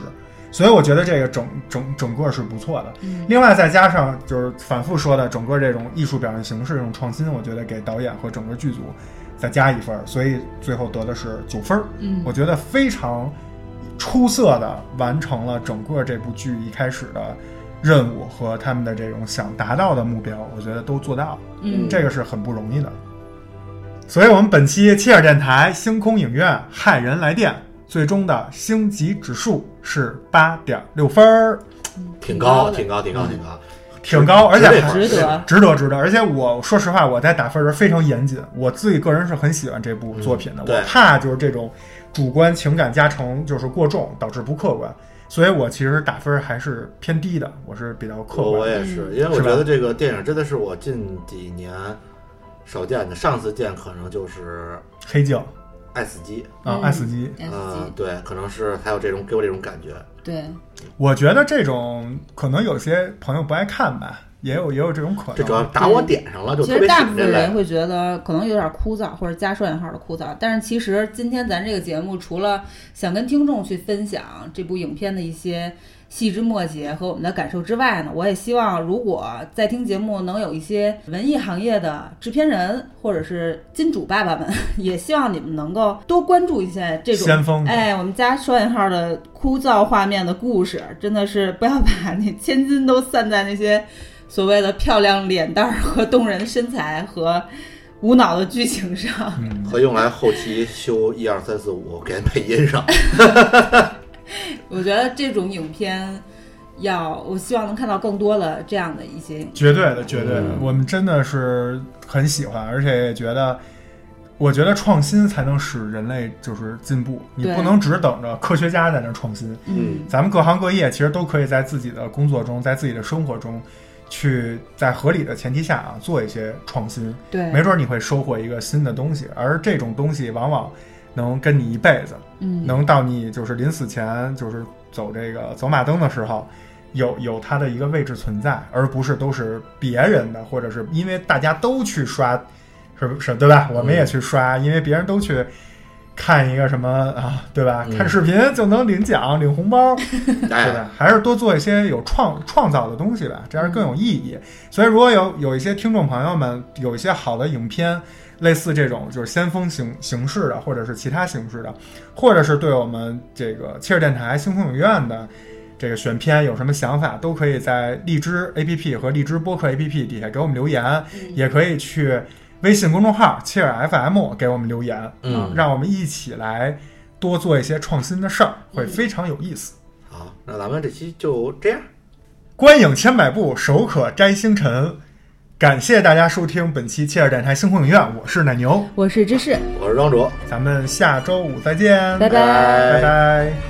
所以我觉得这个整整整个是不错的。另外再加上就是反复说的整个这种艺术表现形式这种创新，我觉得给导演和整个剧组再加一分儿，所以最后得的是九分儿。
嗯
我觉得非常出色的完成了整个这部剧一开始的任务和他们的这种想达到的目标，我觉得都做到了。
嗯，
这个是很不容易的。所以，我们本期切尔电台星空影院骇人来电最终的星级指数是八点六分儿，
挺高，挺高，挺高，挺高，
挺高，而且
值这
还
分儿
值得。
值得值得。而且我说实话，我在打分的时候非常严谨，我自己个人是很喜欢这部作品的，
嗯对
我怕就是这种主观情感加成就是过重，导致不客观。所以我其实打分还是偏低的，我是比较客
我
观
我
的。
也
嗯
是，因为我觉得这个电影真的是我近几年少见的，上次见可能就是
黑镜
《爱死机》
啊，
嗯
爱死机，
S
嗯
级，
对，可能是还有这种给我这种感觉，
对，
我觉得这种可能有些朋友不爱看吧，也有也有这种可能。
这主要打我点上了，就
其
特
实
别
大
喜
部
欢
分
这
人
类。
会觉得可能有点枯燥，或者加双引号的枯燥。但是其实今天咱这个节目，除了想跟听众去分享这部影片的一些细枝末节和我们的感受之外呢，我也希望如果在听节目能有一些文艺行业的制片人或者是金主爸爸们， <laughs> 也希望你们能够多关注一下这种
先锋的
哎，我们家双引号的枯燥画面的故事，真的是不要把那千金都散在那些所谓的漂亮脸蛋儿和动人身材和无脑的剧情上。
嗯
和用来后期修一二三四五给配音上，
我觉得这种影片要，我希望能看到更多的这样的一些影片。
绝对的，绝对的，
嗯
我们真的是很喜欢，而且也觉得我觉得创新才能使人类就是进步，你
对
不能只等着科学家在那创新。
嗯
咱们各行各业其实都可以在自己的工作中，在自己的生活中，去在合理的前提下啊，做一些创新。
对
没准你会收获一个新的东西，而这种东西往往能跟你一辈子，
嗯
能到你就是临死前，就是走这个走马灯的时候，有有它的一个位置存在，而不是都是别人的，或者是因为大家都去刷，是不是对
嗯
吧？我们也去刷，因为别人都去。看一个什么啊，对吧？
嗯
看视频就能领奖、领红包，对
哎，
吧？还是多做一些有创创造的东西吧，这样更有意义。所以，如果有有一些听众朋友们有一些好的影片，类似这种就是先锋形形式的，或者是其他形式的，或者是对我们这个切尔电台星空影院的这个选片有什么想法，都可以在荔枝 APP 和荔枝播客 APP 底下给我们留言，
嗯
也可以去微信公众号切尔 FM 给我们留言，
嗯
啊让我们一起来多做一些创新的事儿，会
嗯
非常有意思。
好，那咱们这期就这样，
观影千百步，手可摘星辰。感谢大家收听本期切尔电台星空影院，我是奶牛，
我是芝士，
我是庄主，
咱们下周五再见，
拜
拜
拜拜